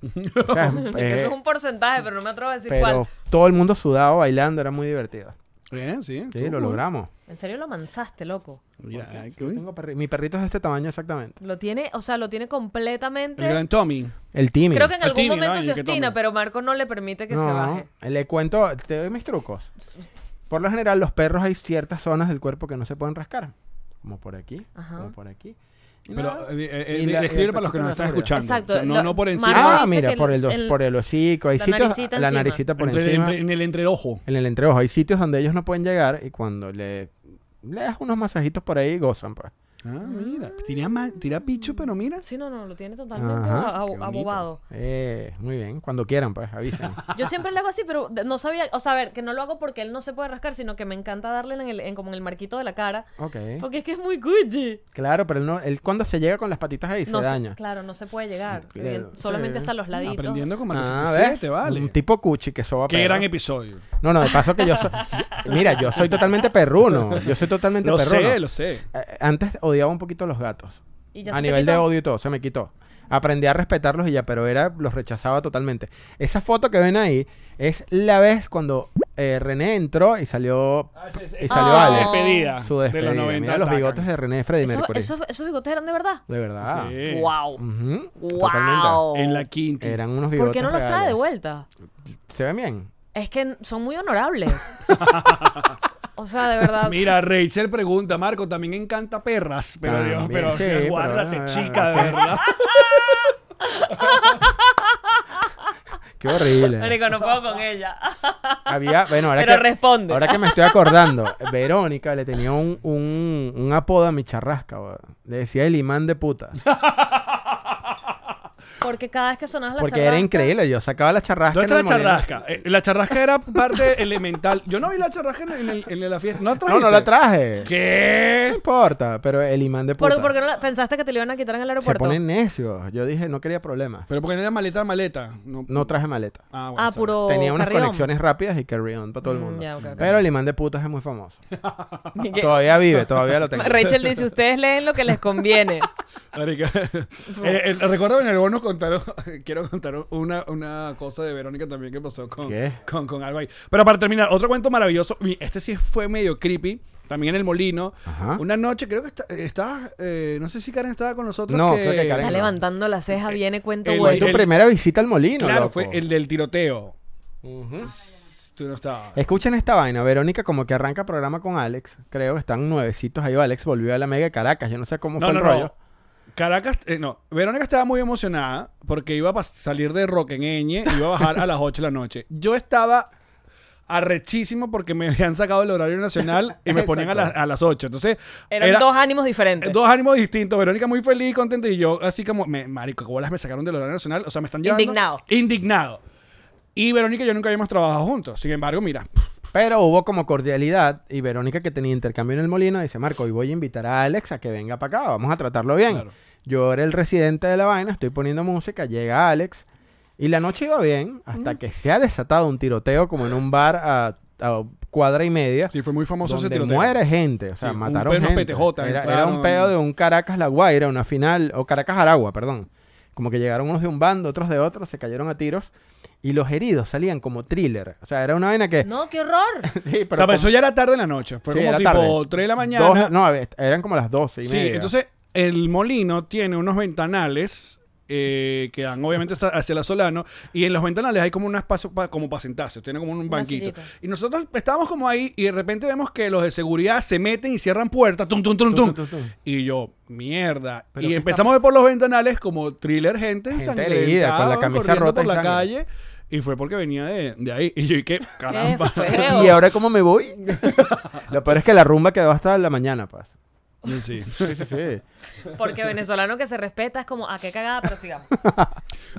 Speaker 4: O sea, es-
Speaker 3: Que
Speaker 4: eh,
Speaker 3: Eso es un porcentaje, pero no me atrevo a decir
Speaker 4: pero
Speaker 3: cuál.
Speaker 4: todo el mundo sudado, bailando, era muy divertido.
Speaker 2: Bien, sí.
Speaker 4: Sí,
Speaker 2: estuvo
Speaker 4: lo
Speaker 2: cool.
Speaker 4: logramos.
Speaker 3: ¿En serio lo manzaste, loco?
Speaker 2: Mira, ay, qué
Speaker 4: Yo
Speaker 2: bien.
Speaker 4: tengo perri- Mi perrito es de este tamaño exactamente.
Speaker 3: Lo tiene, o sea, lo tiene completamente.
Speaker 2: El gran Tommy.
Speaker 4: El Timmy.
Speaker 3: Creo que en
Speaker 2: El
Speaker 3: algún
Speaker 2: Timmy,
Speaker 3: momento
Speaker 2: ¿no?
Speaker 3: se
Speaker 2: El que
Speaker 3: obstina,
Speaker 2: tome.
Speaker 3: pero Marco no le permite que
Speaker 4: No,
Speaker 3: se baje.
Speaker 4: Le cuento, te doy mis trucos. Por lo general, los perros hay ciertas zonas del cuerpo que no se pueden rascar. Como por aquí,
Speaker 3: Ajá.
Speaker 4: como por aquí. Y
Speaker 2: Pero
Speaker 4: nada.
Speaker 2: eh, eh,
Speaker 4: Y la- y
Speaker 2: describe
Speaker 4: el
Speaker 2: para los que nos
Speaker 4: pechito
Speaker 2: están
Speaker 4: de la
Speaker 2: escuchando.
Speaker 3: Exacto,
Speaker 2: O sea, no,
Speaker 3: lo-
Speaker 2: no por encima.
Speaker 3: Marco
Speaker 4: Ah,
Speaker 3: dice
Speaker 4: mira,
Speaker 3: que
Speaker 4: por el,
Speaker 3: los-
Speaker 4: dos-
Speaker 3: el-
Speaker 4: por el hocico. Hay
Speaker 3: la
Speaker 4: sitios,
Speaker 3: naricita
Speaker 4: la
Speaker 3: encima.
Speaker 4: naricita Ah, por
Speaker 2: Entre-
Speaker 4: encima.
Speaker 2: entre- en el entreojo.
Speaker 4: En el entreojo. Hay sitios donde ellos no pueden llegar y cuando le, le das unos masajitos por ahí, gozan. Pues.
Speaker 2: Ah, mira. Tira, ma- tira bicho, pero mira.
Speaker 3: Sí, no, no, lo tiene totalmente
Speaker 4: Ajá,
Speaker 3: abo-
Speaker 4: qué bonito.
Speaker 3: abobado.
Speaker 4: Eh, muy bien. Cuando quieran, pues, avisen.
Speaker 3: Yo siempre le hago así, pero de- no sabía, o sea, a ver, que no lo hago porque él no se puede rascar, sino que me encanta darle en el, en como en el marquito de la cara,
Speaker 4: ok.
Speaker 3: porque es que es muy Gucci.
Speaker 4: Claro, pero él, no, él cuando se llega con las patitas ahí
Speaker 3: No
Speaker 4: se
Speaker 3: se-
Speaker 4: daña.
Speaker 3: claro, no se puede llegar.
Speaker 4: Claro,
Speaker 3: Bien, solamente
Speaker 4: sí.
Speaker 3: hasta los laditos.
Speaker 2: Aprendiendo con Marcos
Speaker 4: Ah,
Speaker 2: 77,
Speaker 4: ¿ves?
Speaker 2: vale.
Speaker 4: Un tipo cuchi que soba
Speaker 2: Qué
Speaker 4: perro.
Speaker 2: gran episodio.
Speaker 4: No, no, de paso que yo soy. Mira, yo soy totalmente perruno. Yo soy totalmente
Speaker 2: Lo
Speaker 4: perruno.
Speaker 2: sé, lo sé.
Speaker 4: Eh, Antes odiaba un poquito a los gatos.
Speaker 3: Y ya
Speaker 4: a
Speaker 3: se te
Speaker 4: nivel de
Speaker 3: quitó.
Speaker 4: odio y todo, se me quitó. Aprendí a respetarlos y ya, pero era, los rechazaba totalmente. Esa foto que ven ahí es la vez cuando eh, René entró y salió. Y salió
Speaker 3: Ah.
Speaker 4: Alex.
Speaker 2: Despedida
Speaker 4: Su despedida.
Speaker 2: de los 90
Speaker 4: Mira los
Speaker 2: atacan.
Speaker 4: bigotes de René Freddy
Speaker 3: Eso-
Speaker 4: Mercury. Mm,
Speaker 3: esos, esos bigotes eran de verdad.
Speaker 4: De verdad.
Speaker 2: Sí.
Speaker 3: Wow.
Speaker 4: Ujú,
Speaker 3: Wow.
Speaker 2: En la quinta.
Speaker 4: Eran unos bigotes.
Speaker 3: ¿Por qué no los trae de
Speaker 4: reales.
Speaker 3: vuelta?
Speaker 4: Se ven bien.
Speaker 3: Es que n- son muy honorables. o sea, de verdad.
Speaker 2: Mira, Rachel pregunta, Marco, también encanta perras. Pero
Speaker 4: También,
Speaker 2: Dios, pero
Speaker 4: sí,
Speaker 2: o sea,
Speaker 4: pero-
Speaker 2: guárdate, chica, de verdad.
Speaker 4: Qué horrible.
Speaker 3: Marico, no puedo con ella.
Speaker 4: Había, bueno, ahora
Speaker 3: Pero
Speaker 4: que,
Speaker 3: responde.
Speaker 4: Ahora que me estoy acordando, Verónica le tenía un, un, un apodo a mi charrasca, weón. Le decía el imán de puta.
Speaker 3: Porque cada vez que sonabas la
Speaker 4: Porque era
Speaker 3: charrasca-
Speaker 4: increíble. Yo sacaba la charrasca.
Speaker 2: ¿Dónde
Speaker 4: en
Speaker 2: está
Speaker 4: el
Speaker 2: la
Speaker 4: molino.
Speaker 2: charrasca? Eh, la charrasca era parte elemental. Yo no vi la charrasca en, el- en el- en la fiesta. ¿No
Speaker 4: No,
Speaker 2: trajiste?
Speaker 4: no la traje.
Speaker 2: ¿Qué?
Speaker 4: No importa, pero el imán de
Speaker 3: ¿Por,
Speaker 4: puta.
Speaker 3: por qué no la- pensaste que te lo iban a quitar en el
Speaker 4: Se
Speaker 3: aeropuerto?
Speaker 4: ponen necios. Yo dije, no quería problemas.
Speaker 2: Pero porque no era maleta, maleta. No.
Speaker 4: No traje maleta.
Speaker 2: Ah, bueno,
Speaker 3: Ah,
Speaker 2: está
Speaker 3: puro
Speaker 4: Tenía unas
Speaker 3: carrión.
Speaker 4: colecciones rápidas y carry on para todo el
Speaker 3: Mm,
Speaker 4: mundo.
Speaker 3: ya, ok, ok.
Speaker 4: Pero el imán de putas es muy famoso.
Speaker 3: Y que-
Speaker 4: Todavía vive, todavía lo tengo.
Speaker 3: Rachel dice, ustedes leen lo que les conviene.
Speaker 2: Marica, eh, eh, recuerdo que en el bono contaron, quiero contar una, una cosa de Verónica también que pasó con,
Speaker 4: ¿Qué?
Speaker 2: con, con algo ahí. Pero para terminar, otro cuento maravilloso. Mi- Este sí fue medio creepy, también en el molino.
Speaker 4: Ajá.
Speaker 2: Una noche, creo que está- estabas, eh, no sé si Karen estaba con nosotros.
Speaker 4: No, creo que Karen
Speaker 3: Está
Speaker 4: Venga.
Speaker 3: levantando la ceja, viene cuento
Speaker 2: el-
Speaker 4: Fue
Speaker 3: bueno.
Speaker 4: tu
Speaker 2: el-
Speaker 4: primera visita al molino,
Speaker 2: Claro,
Speaker 4: loco.
Speaker 2: fue el del tiroteo.
Speaker 4: Ujú.
Speaker 2: Tú no estabas.
Speaker 4: Escuchen esta vaina. Verónica como que arranca programa con Alex. Creo que están nuevecitos ahí. Alex volvió a la mega de Caracas. Yo no sé cómo
Speaker 2: No,
Speaker 4: fue
Speaker 2: no,
Speaker 4: el
Speaker 2: no.
Speaker 4: rollo.
Speaker 2: Caracas, eh, no. Verónica estaba muy emocionada porque iba a pas- salir de Roqueñe, iba a bajar a las 8 de la noche. Yo estaba arrechísimo porque me habían sacado el horario nacional y me ponían a, las- a las 8. Entonces,
Speaker 3: Eran
Speaker 2: era-
Speaker 3: dos ánimos diferentes.
Speaker 2: dos ánimos distintos. Verónica muy feliz, contenta y yo así como, me, marico, ¿cómo las me sacaron del horario nacional? O sea, me están llevando.
Speaker 3: Indignado.
Speaker 2: Indignado. Y Verónica y yo nunca habíamos trabajado juntos. Sin embargo, mira,
Speaker 4: Pero hubo como cordialidad. Y Verónica, que tenía intercambio en el molino, dice: Marco, hoy voy a invitar a Alex a que venga para acá. Vamos a tratarlo bien.
Speaker 2: Claro.
Speaker 4: Yo era el residente de la vaina. Estoy poniendo música. Llega Alex. Y la noche iba bien. Hasta que se ha desatado un tiroteo como en un bar a, a cuadra y media.
Speaker 2: sí fue muy famoso ese
Speaker 4: donde
Speaker 2: tiroteo.
Speaker 4: muere gente, o sea,
Speaker 2: Sí, un
Speaker 4: mataron
Speaker 2: pe- unos
Speaker 4: gente.
Speaker 2: PTJ
Speaker 4: era,
Speaker 2: entraron.
Speaker 4: era un pedo de un Caracas La Guaira, una final o Caracas Aragua, perdón. Como que llegaron unos de un bando, otros de otro, se cayeron a tiros y los heridos salían como thriller, o sea, era una vaina que
Speaker 3: No, qué horror.
Speaker 2: o
Speaker 4: sí,
Speaker 2: sea, pero
Speaker 4: como-
Speaker 2: eso ya era tarde en la noche. Fue
Speaker 4: sí,
Speaker 2: como
Speaker 4: era
Speaker 2: tipo
Speaker 4: tarde.
Speaker 2: 3 de la mañana.
Speaker 4: Dos- no, a ver, eran como las 12 y
Speaker 2: Sí,
Speaker 4: media.
Speaker 2: entonces el molino tiene unos ventanales eh, que dan obviamente hasta- hacia la Solano y en los ventanales hay como un espacio pa- como para sentarse, tiene como un banquito.
Speaker 3: sillita.
Speaker 2: Y nosotros estábamos como ahí y de repente vemos que los de seguridad se meten y cierran puertas, tum, tum, tum, tum.
Speaker 4: tum, tum, tum.
Speaker 2: Y yo, mierda.
Speaker 4: Pero
Speaker 2: y
Speaker 4: ¿qué
Speaker 2: empezamos a ver por los ventanales como thriller gente,
Speaker 4: Gente
Speaker 2: ensangrentada,
Speaker 4: herida, con la camisa
Speaker 2: corriendo
Speaker 4: rota
Speaker 2: por
Speaker 4: y
Speaker 2: la
Speaker 4: sangre.
Speaker 2: calle. Y fue porque venía de, de ahí. Y yo, ¿y qué? Caramba.
Speaker 3: feo.
Speaker 4: ¿Y ahora cómo me voy? Lo peor es que la rumba quedó hasta la mañana, pues.
Speaker 2: Y sí.
Speaker 4: Sí, sí, sí.
Speaker 3: Porque venezolano que se respeta es como, ah, qué cagada, pero sigamos.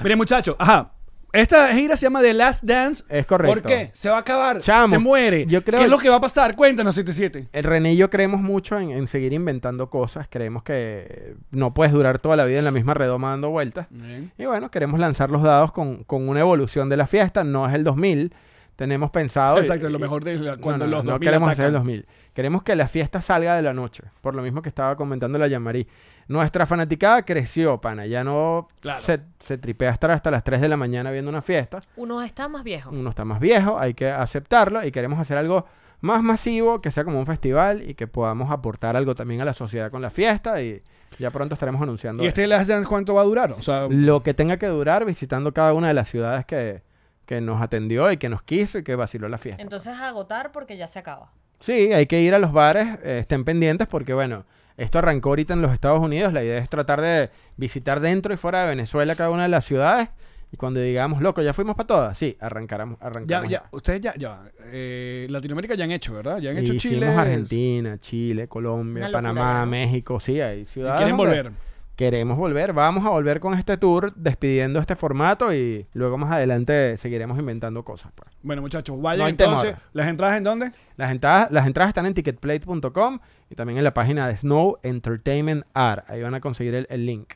Speaker 2: Mire, muchachos, ajá. Esta gira se llama The Last Dance.
Speaker 4: Es correcto.
Speaker 2: ¿Por qué? Se va a acabar.
Speaker 4: Chamo,
Speaker 2: se muere.
Speaker 4: yo creo-
Speaker 2: ¿Qué es lo que va a pasar? Cuéntanos, 77.
Speaker 4: El René y yo creemos mucho en, en seguir inventando cosas. Creemos que no puedes durar toda la vida en la misma redoma dando vueltas. Y bueno, queremos lanzar los dados con, con una evolución de la fiesta. No es el 2000. Tenemos pensado.
Speaker 2: Exacto, lo mejor de la-
Speaker 4: eh, No,
Speaker 2: cuando
Speaker 4: no,
Speaker 2: los
Speaker 4: no
Speaker 2: 2000
Speaker 4: queremos hacer el
Speaker 2: atacan.
Speaker 4: 2000. Queremos que la fiesta salga de la noche. Por lo mismo que estaba comentando la Yamarí. Nuestra fanaticada creció, pana. Ya no
Speaker 2: Claro.
Speaker 4: se, se tripea hasta, hasta las 3 de la mañana viendo una fiesta.
Speaker 3: Uno está más viejo.
Speaker 4: Uno está más viejo, hay que aceptarlo y queremos hacer algo más masivo, que sea como un festival y que podamos aportar algo también a la sociedad con la fiesta y ya pronto estaremos anunciando
Speaker 2: ¿Y
Speaker 4: eso.
Speaker 2: este Last Dance cuánto va a durar? O sea,
Speaker 4: lo que tenga que durar visitando cada una de las ciudades que, que nos atendió y que nos quiso y que vaciló la fiesta.
Speaker 3: Entonces agotar porque ya se acaba.
Speaker 4: Sí, hay que ir a los bares, eh, estén pendientes porque bueno, esto arrancó ahorita en los Estados Unidos, la idea es tratar de visitar dentro y fuera de Venezuela cada una de las ciudades y cuando digamos, loco, ya fuimos para todas, sí, arrancaramos,
Speaker 2: ya,
Speaker 4: arrancamos.
Speaker 2: ya, ustedes ya, ya. eh, Latinoamérica ya han hecho, ¿verdad? Ya han hecho
Speaker 4: Hicimos
Speaker 2: Chile.
Speaker 4: Argentina, Chile, Colombia,
Speaker 3: Una locura,
Speaker 4: Panamá,
Speaker 3: ¿no?
Speaker 4: México, sí, hay
Speaker 2: Y
Speaker 4: ciudades.
Speaker 2: quieren
Speaker 4: donde
Speaker 2: volver.
Speaker 4: Queremos volver, vamos a volver con este tour despidiendo este formato y luego más adelante seguiremos inventando cosas. pues.
Speaker 2: Bueno, muchachos, vayan
Speaker 4: No hay
Speaker 2: entonces.
Speaker 4: temor.
Speaker 2: ¿Las entradas en dónde?
Speaker 4: Las entradas, las entradas están en ticketplate.com y también en la página de Snow Entertainment Art. Ahí van a conseguir el, el link.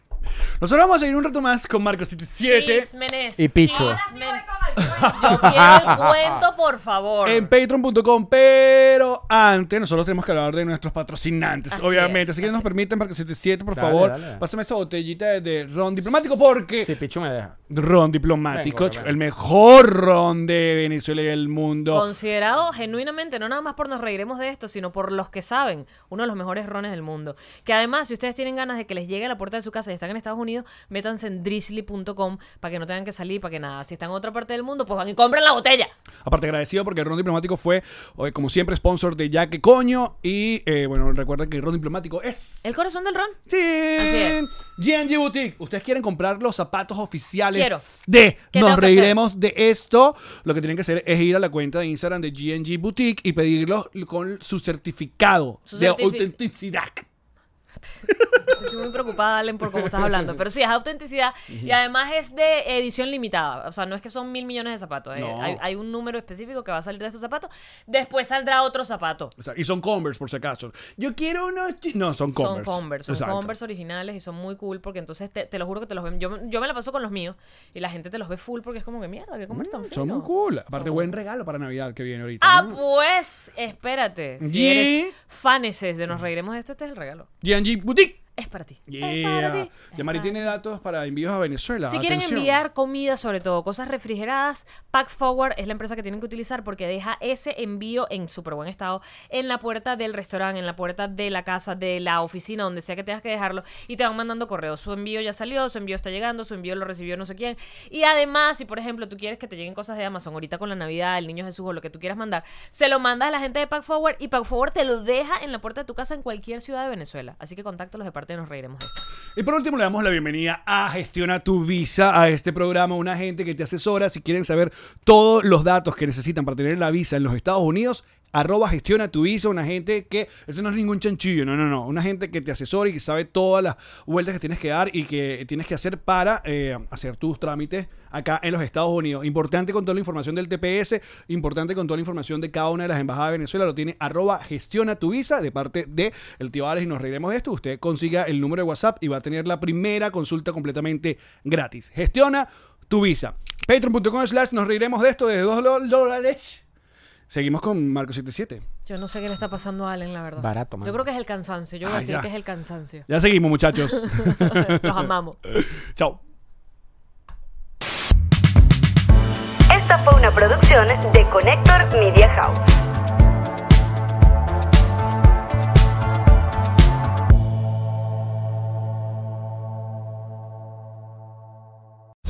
Speaker 2: Nosotros vamos a seguir un rato más con Marco 77
Speaker 3: Chismenes.
Speaker 4: Y picho.
Speaker 3: chismen- Yo quiero el cuento, por favor.
Speaker 2: en patreon.com, pero antes nosotros tenemos que hablar de nuestros patrocinantes,
Speaker 3: Así
Speaker 2: obviamente.
Speaker 3: es,
Speaker 2: así que
Speaker 3: así
Speaker 2: nos
Speaker 3: es.
Speaker 2: permiten, Marco 77, por
Speaker 4: Dale,
Speaker 2: favor,
Speaker 4: dale.
Speaker 2: pásame esa botellita de, de ron diplomático porque
Speaker 4: Si Pichu me deja.
Speaker 2: ron diplomático,
Speaker 4: Vengo,
Speaker 2: chico,
Speaker 4: vengo.
Speaker 2: el mejor ron de Venezuela y del mundo.
Speaker 3: Considerado genuinamente, no nada más por nos reiremos de esto, sino por los que saben, uno de los mejores rones del mundo. Que además, si ustedes tienen ganas de que les llegue a la puerta de su casa y están en Estados Unidos, métanse en drizzly.com para que no tengan que salir, para que nada. Si están en otra parte del mundo, pues van y compran la botella.
Speaker 2: Aparte, agradecido porque Ron Diplomático fue, eh, como siempre, sponsor de Ya que coño. Y eh, bueno, recuerden que Ron Diplomático es.
Speaker 3: El corazón del ron.
Speaker 2: ¡Tin!
Speaker 3: es.
Speaker 2: G&G Boutique. Ustedes quieren comprar los zapatos oficiales
Speaker 3: Quiero.
Speaker 2: de
Speaker 3: ¿Qué
Speaker 2: Nos
Speaker 3: tengo que
Speaker 2: reiremos de esto. Lo que tienen que hacer es ir a la cuenta de Instagram de G&G Boutique y pedirlos con su certificado
Speaker 3: Su
Speaker 2: de
Speaker 3: certifi-
Speaker 2: autenticidad.
Speaker 3: Estoy muy preocupada, Allen, por cómo estás hablando. Pero sí, es autenticidad y además es de edición limitada. O sea, no es que son mil millones de zapatos. eh.
Speaker 2: No.
Speaker 3: Hay, hay un número específico que va a salir de esos zapatos. Después saldrá otro zapato.
Speaker 2: O sea, y son Converse, por si acaso. Yo quiero unos... chi- No, son
Speaker 3: Son
Speaker 2: Converse.
Speaker 3: Converse, son
Speaker 2: Exacto.
Speaker 3: Converse originales y son muy cool porque entonces te, te lo juro que te los ven. Yo, me- yo me la paso con los míos y la gente te los ve full porque es como que mierda, qué Converse tan fino.
Speaker 2: Mm, Son muy cool. Mm. Aparte, buen regalo para Navidad que viene ahorita.
Speaker 3: Ah,
Speaker 2: ¿no?
Speaker 3: pues, espérate. Si
Speaker 2: Yeah.
Speaker 3: eres faneses de Nos Reiremos de Esto, este es el regalo.
Speaker 2: G&G Boutique.
Speaker 3: Es para ti. Es para
Speaker 2: Yeah.
Speaker 3: ti. Es
Speaker 2: Yamari
Speaker 3: para
Speaker 2: tiene datos para envíos a Venezuela.
Speaker 3: Si quieren
Speaker 2: Atención.
Speaker 3: enviar comida, sobre todo cosas refrigeradas, Pack Forward es la empresa que tienen que utilizar porque deja ese envío en súper buen estado en la puerta del restaurante, en la puerta de la casa, de la oficina, donde sea que tengas que dejarlo y te van mandando correos. Su envío ya salió, su envío está llegando, su envío lo recibió no sé quién. Y además, si por ejemplo tú quieres que te lleguen cosas de Amazon ahorita con la Navidad, el Niño Jesús o lo que tú quieras mandar, se lo mandas a la gente de Pack Forward y Pack Forward te lo deja en la puerta de tu casa en cualquier ciudad de Venezuela. Así que contáctalos de parte de Nos Reiremos de esto.
Speaker 2: Y por último, le damos la bienvenida a Gestiona tu Visa, a este programa, una gente que te asesora. Si quieren saber todos los datos que necesitan para tener la visa en los Estados Unidos, arroba Gestiona tu Visa, una gente que, eso no es ningún chanchillo, no, no, no, una gente que te asesora y que sabe todas las vueltas que tienes que dar y que tienes que hacer para eh, hacer tus trámites acá en los Estados Unidos. Importante con toda la información del TPS, importante con toda la información de cada una de las embajadas de Venezuela, lo tiene arroba gestiona tu visa de parte de el tío Alex y nos reiremos de esto. Usted consiga el número de WhatsApp y va a tener la primera consulta completamente gratis. Gestiona tu visa. Patreon.com slash nos reiremos de esto desde 2 dólares. Seguimos con Marco 77.
Speaker 3: Yo no sé qué le está pasando a Allen, la verdad.
Speaker 4: Barato, mano. Ah,
Speaker 3: Yo creo que es el cansancio. Yo voy a
Speaker 2: Ay,
Speaker 3: decir
Speaker 2: ya.
Speaker 3: que es el cansancio.
Speaker 2: Ya seguimos, muchachos.
Speaker 3: Los amamos.
Speaker 2: Chao.
Speaker 5: Esta fue una producción de Connector Media House.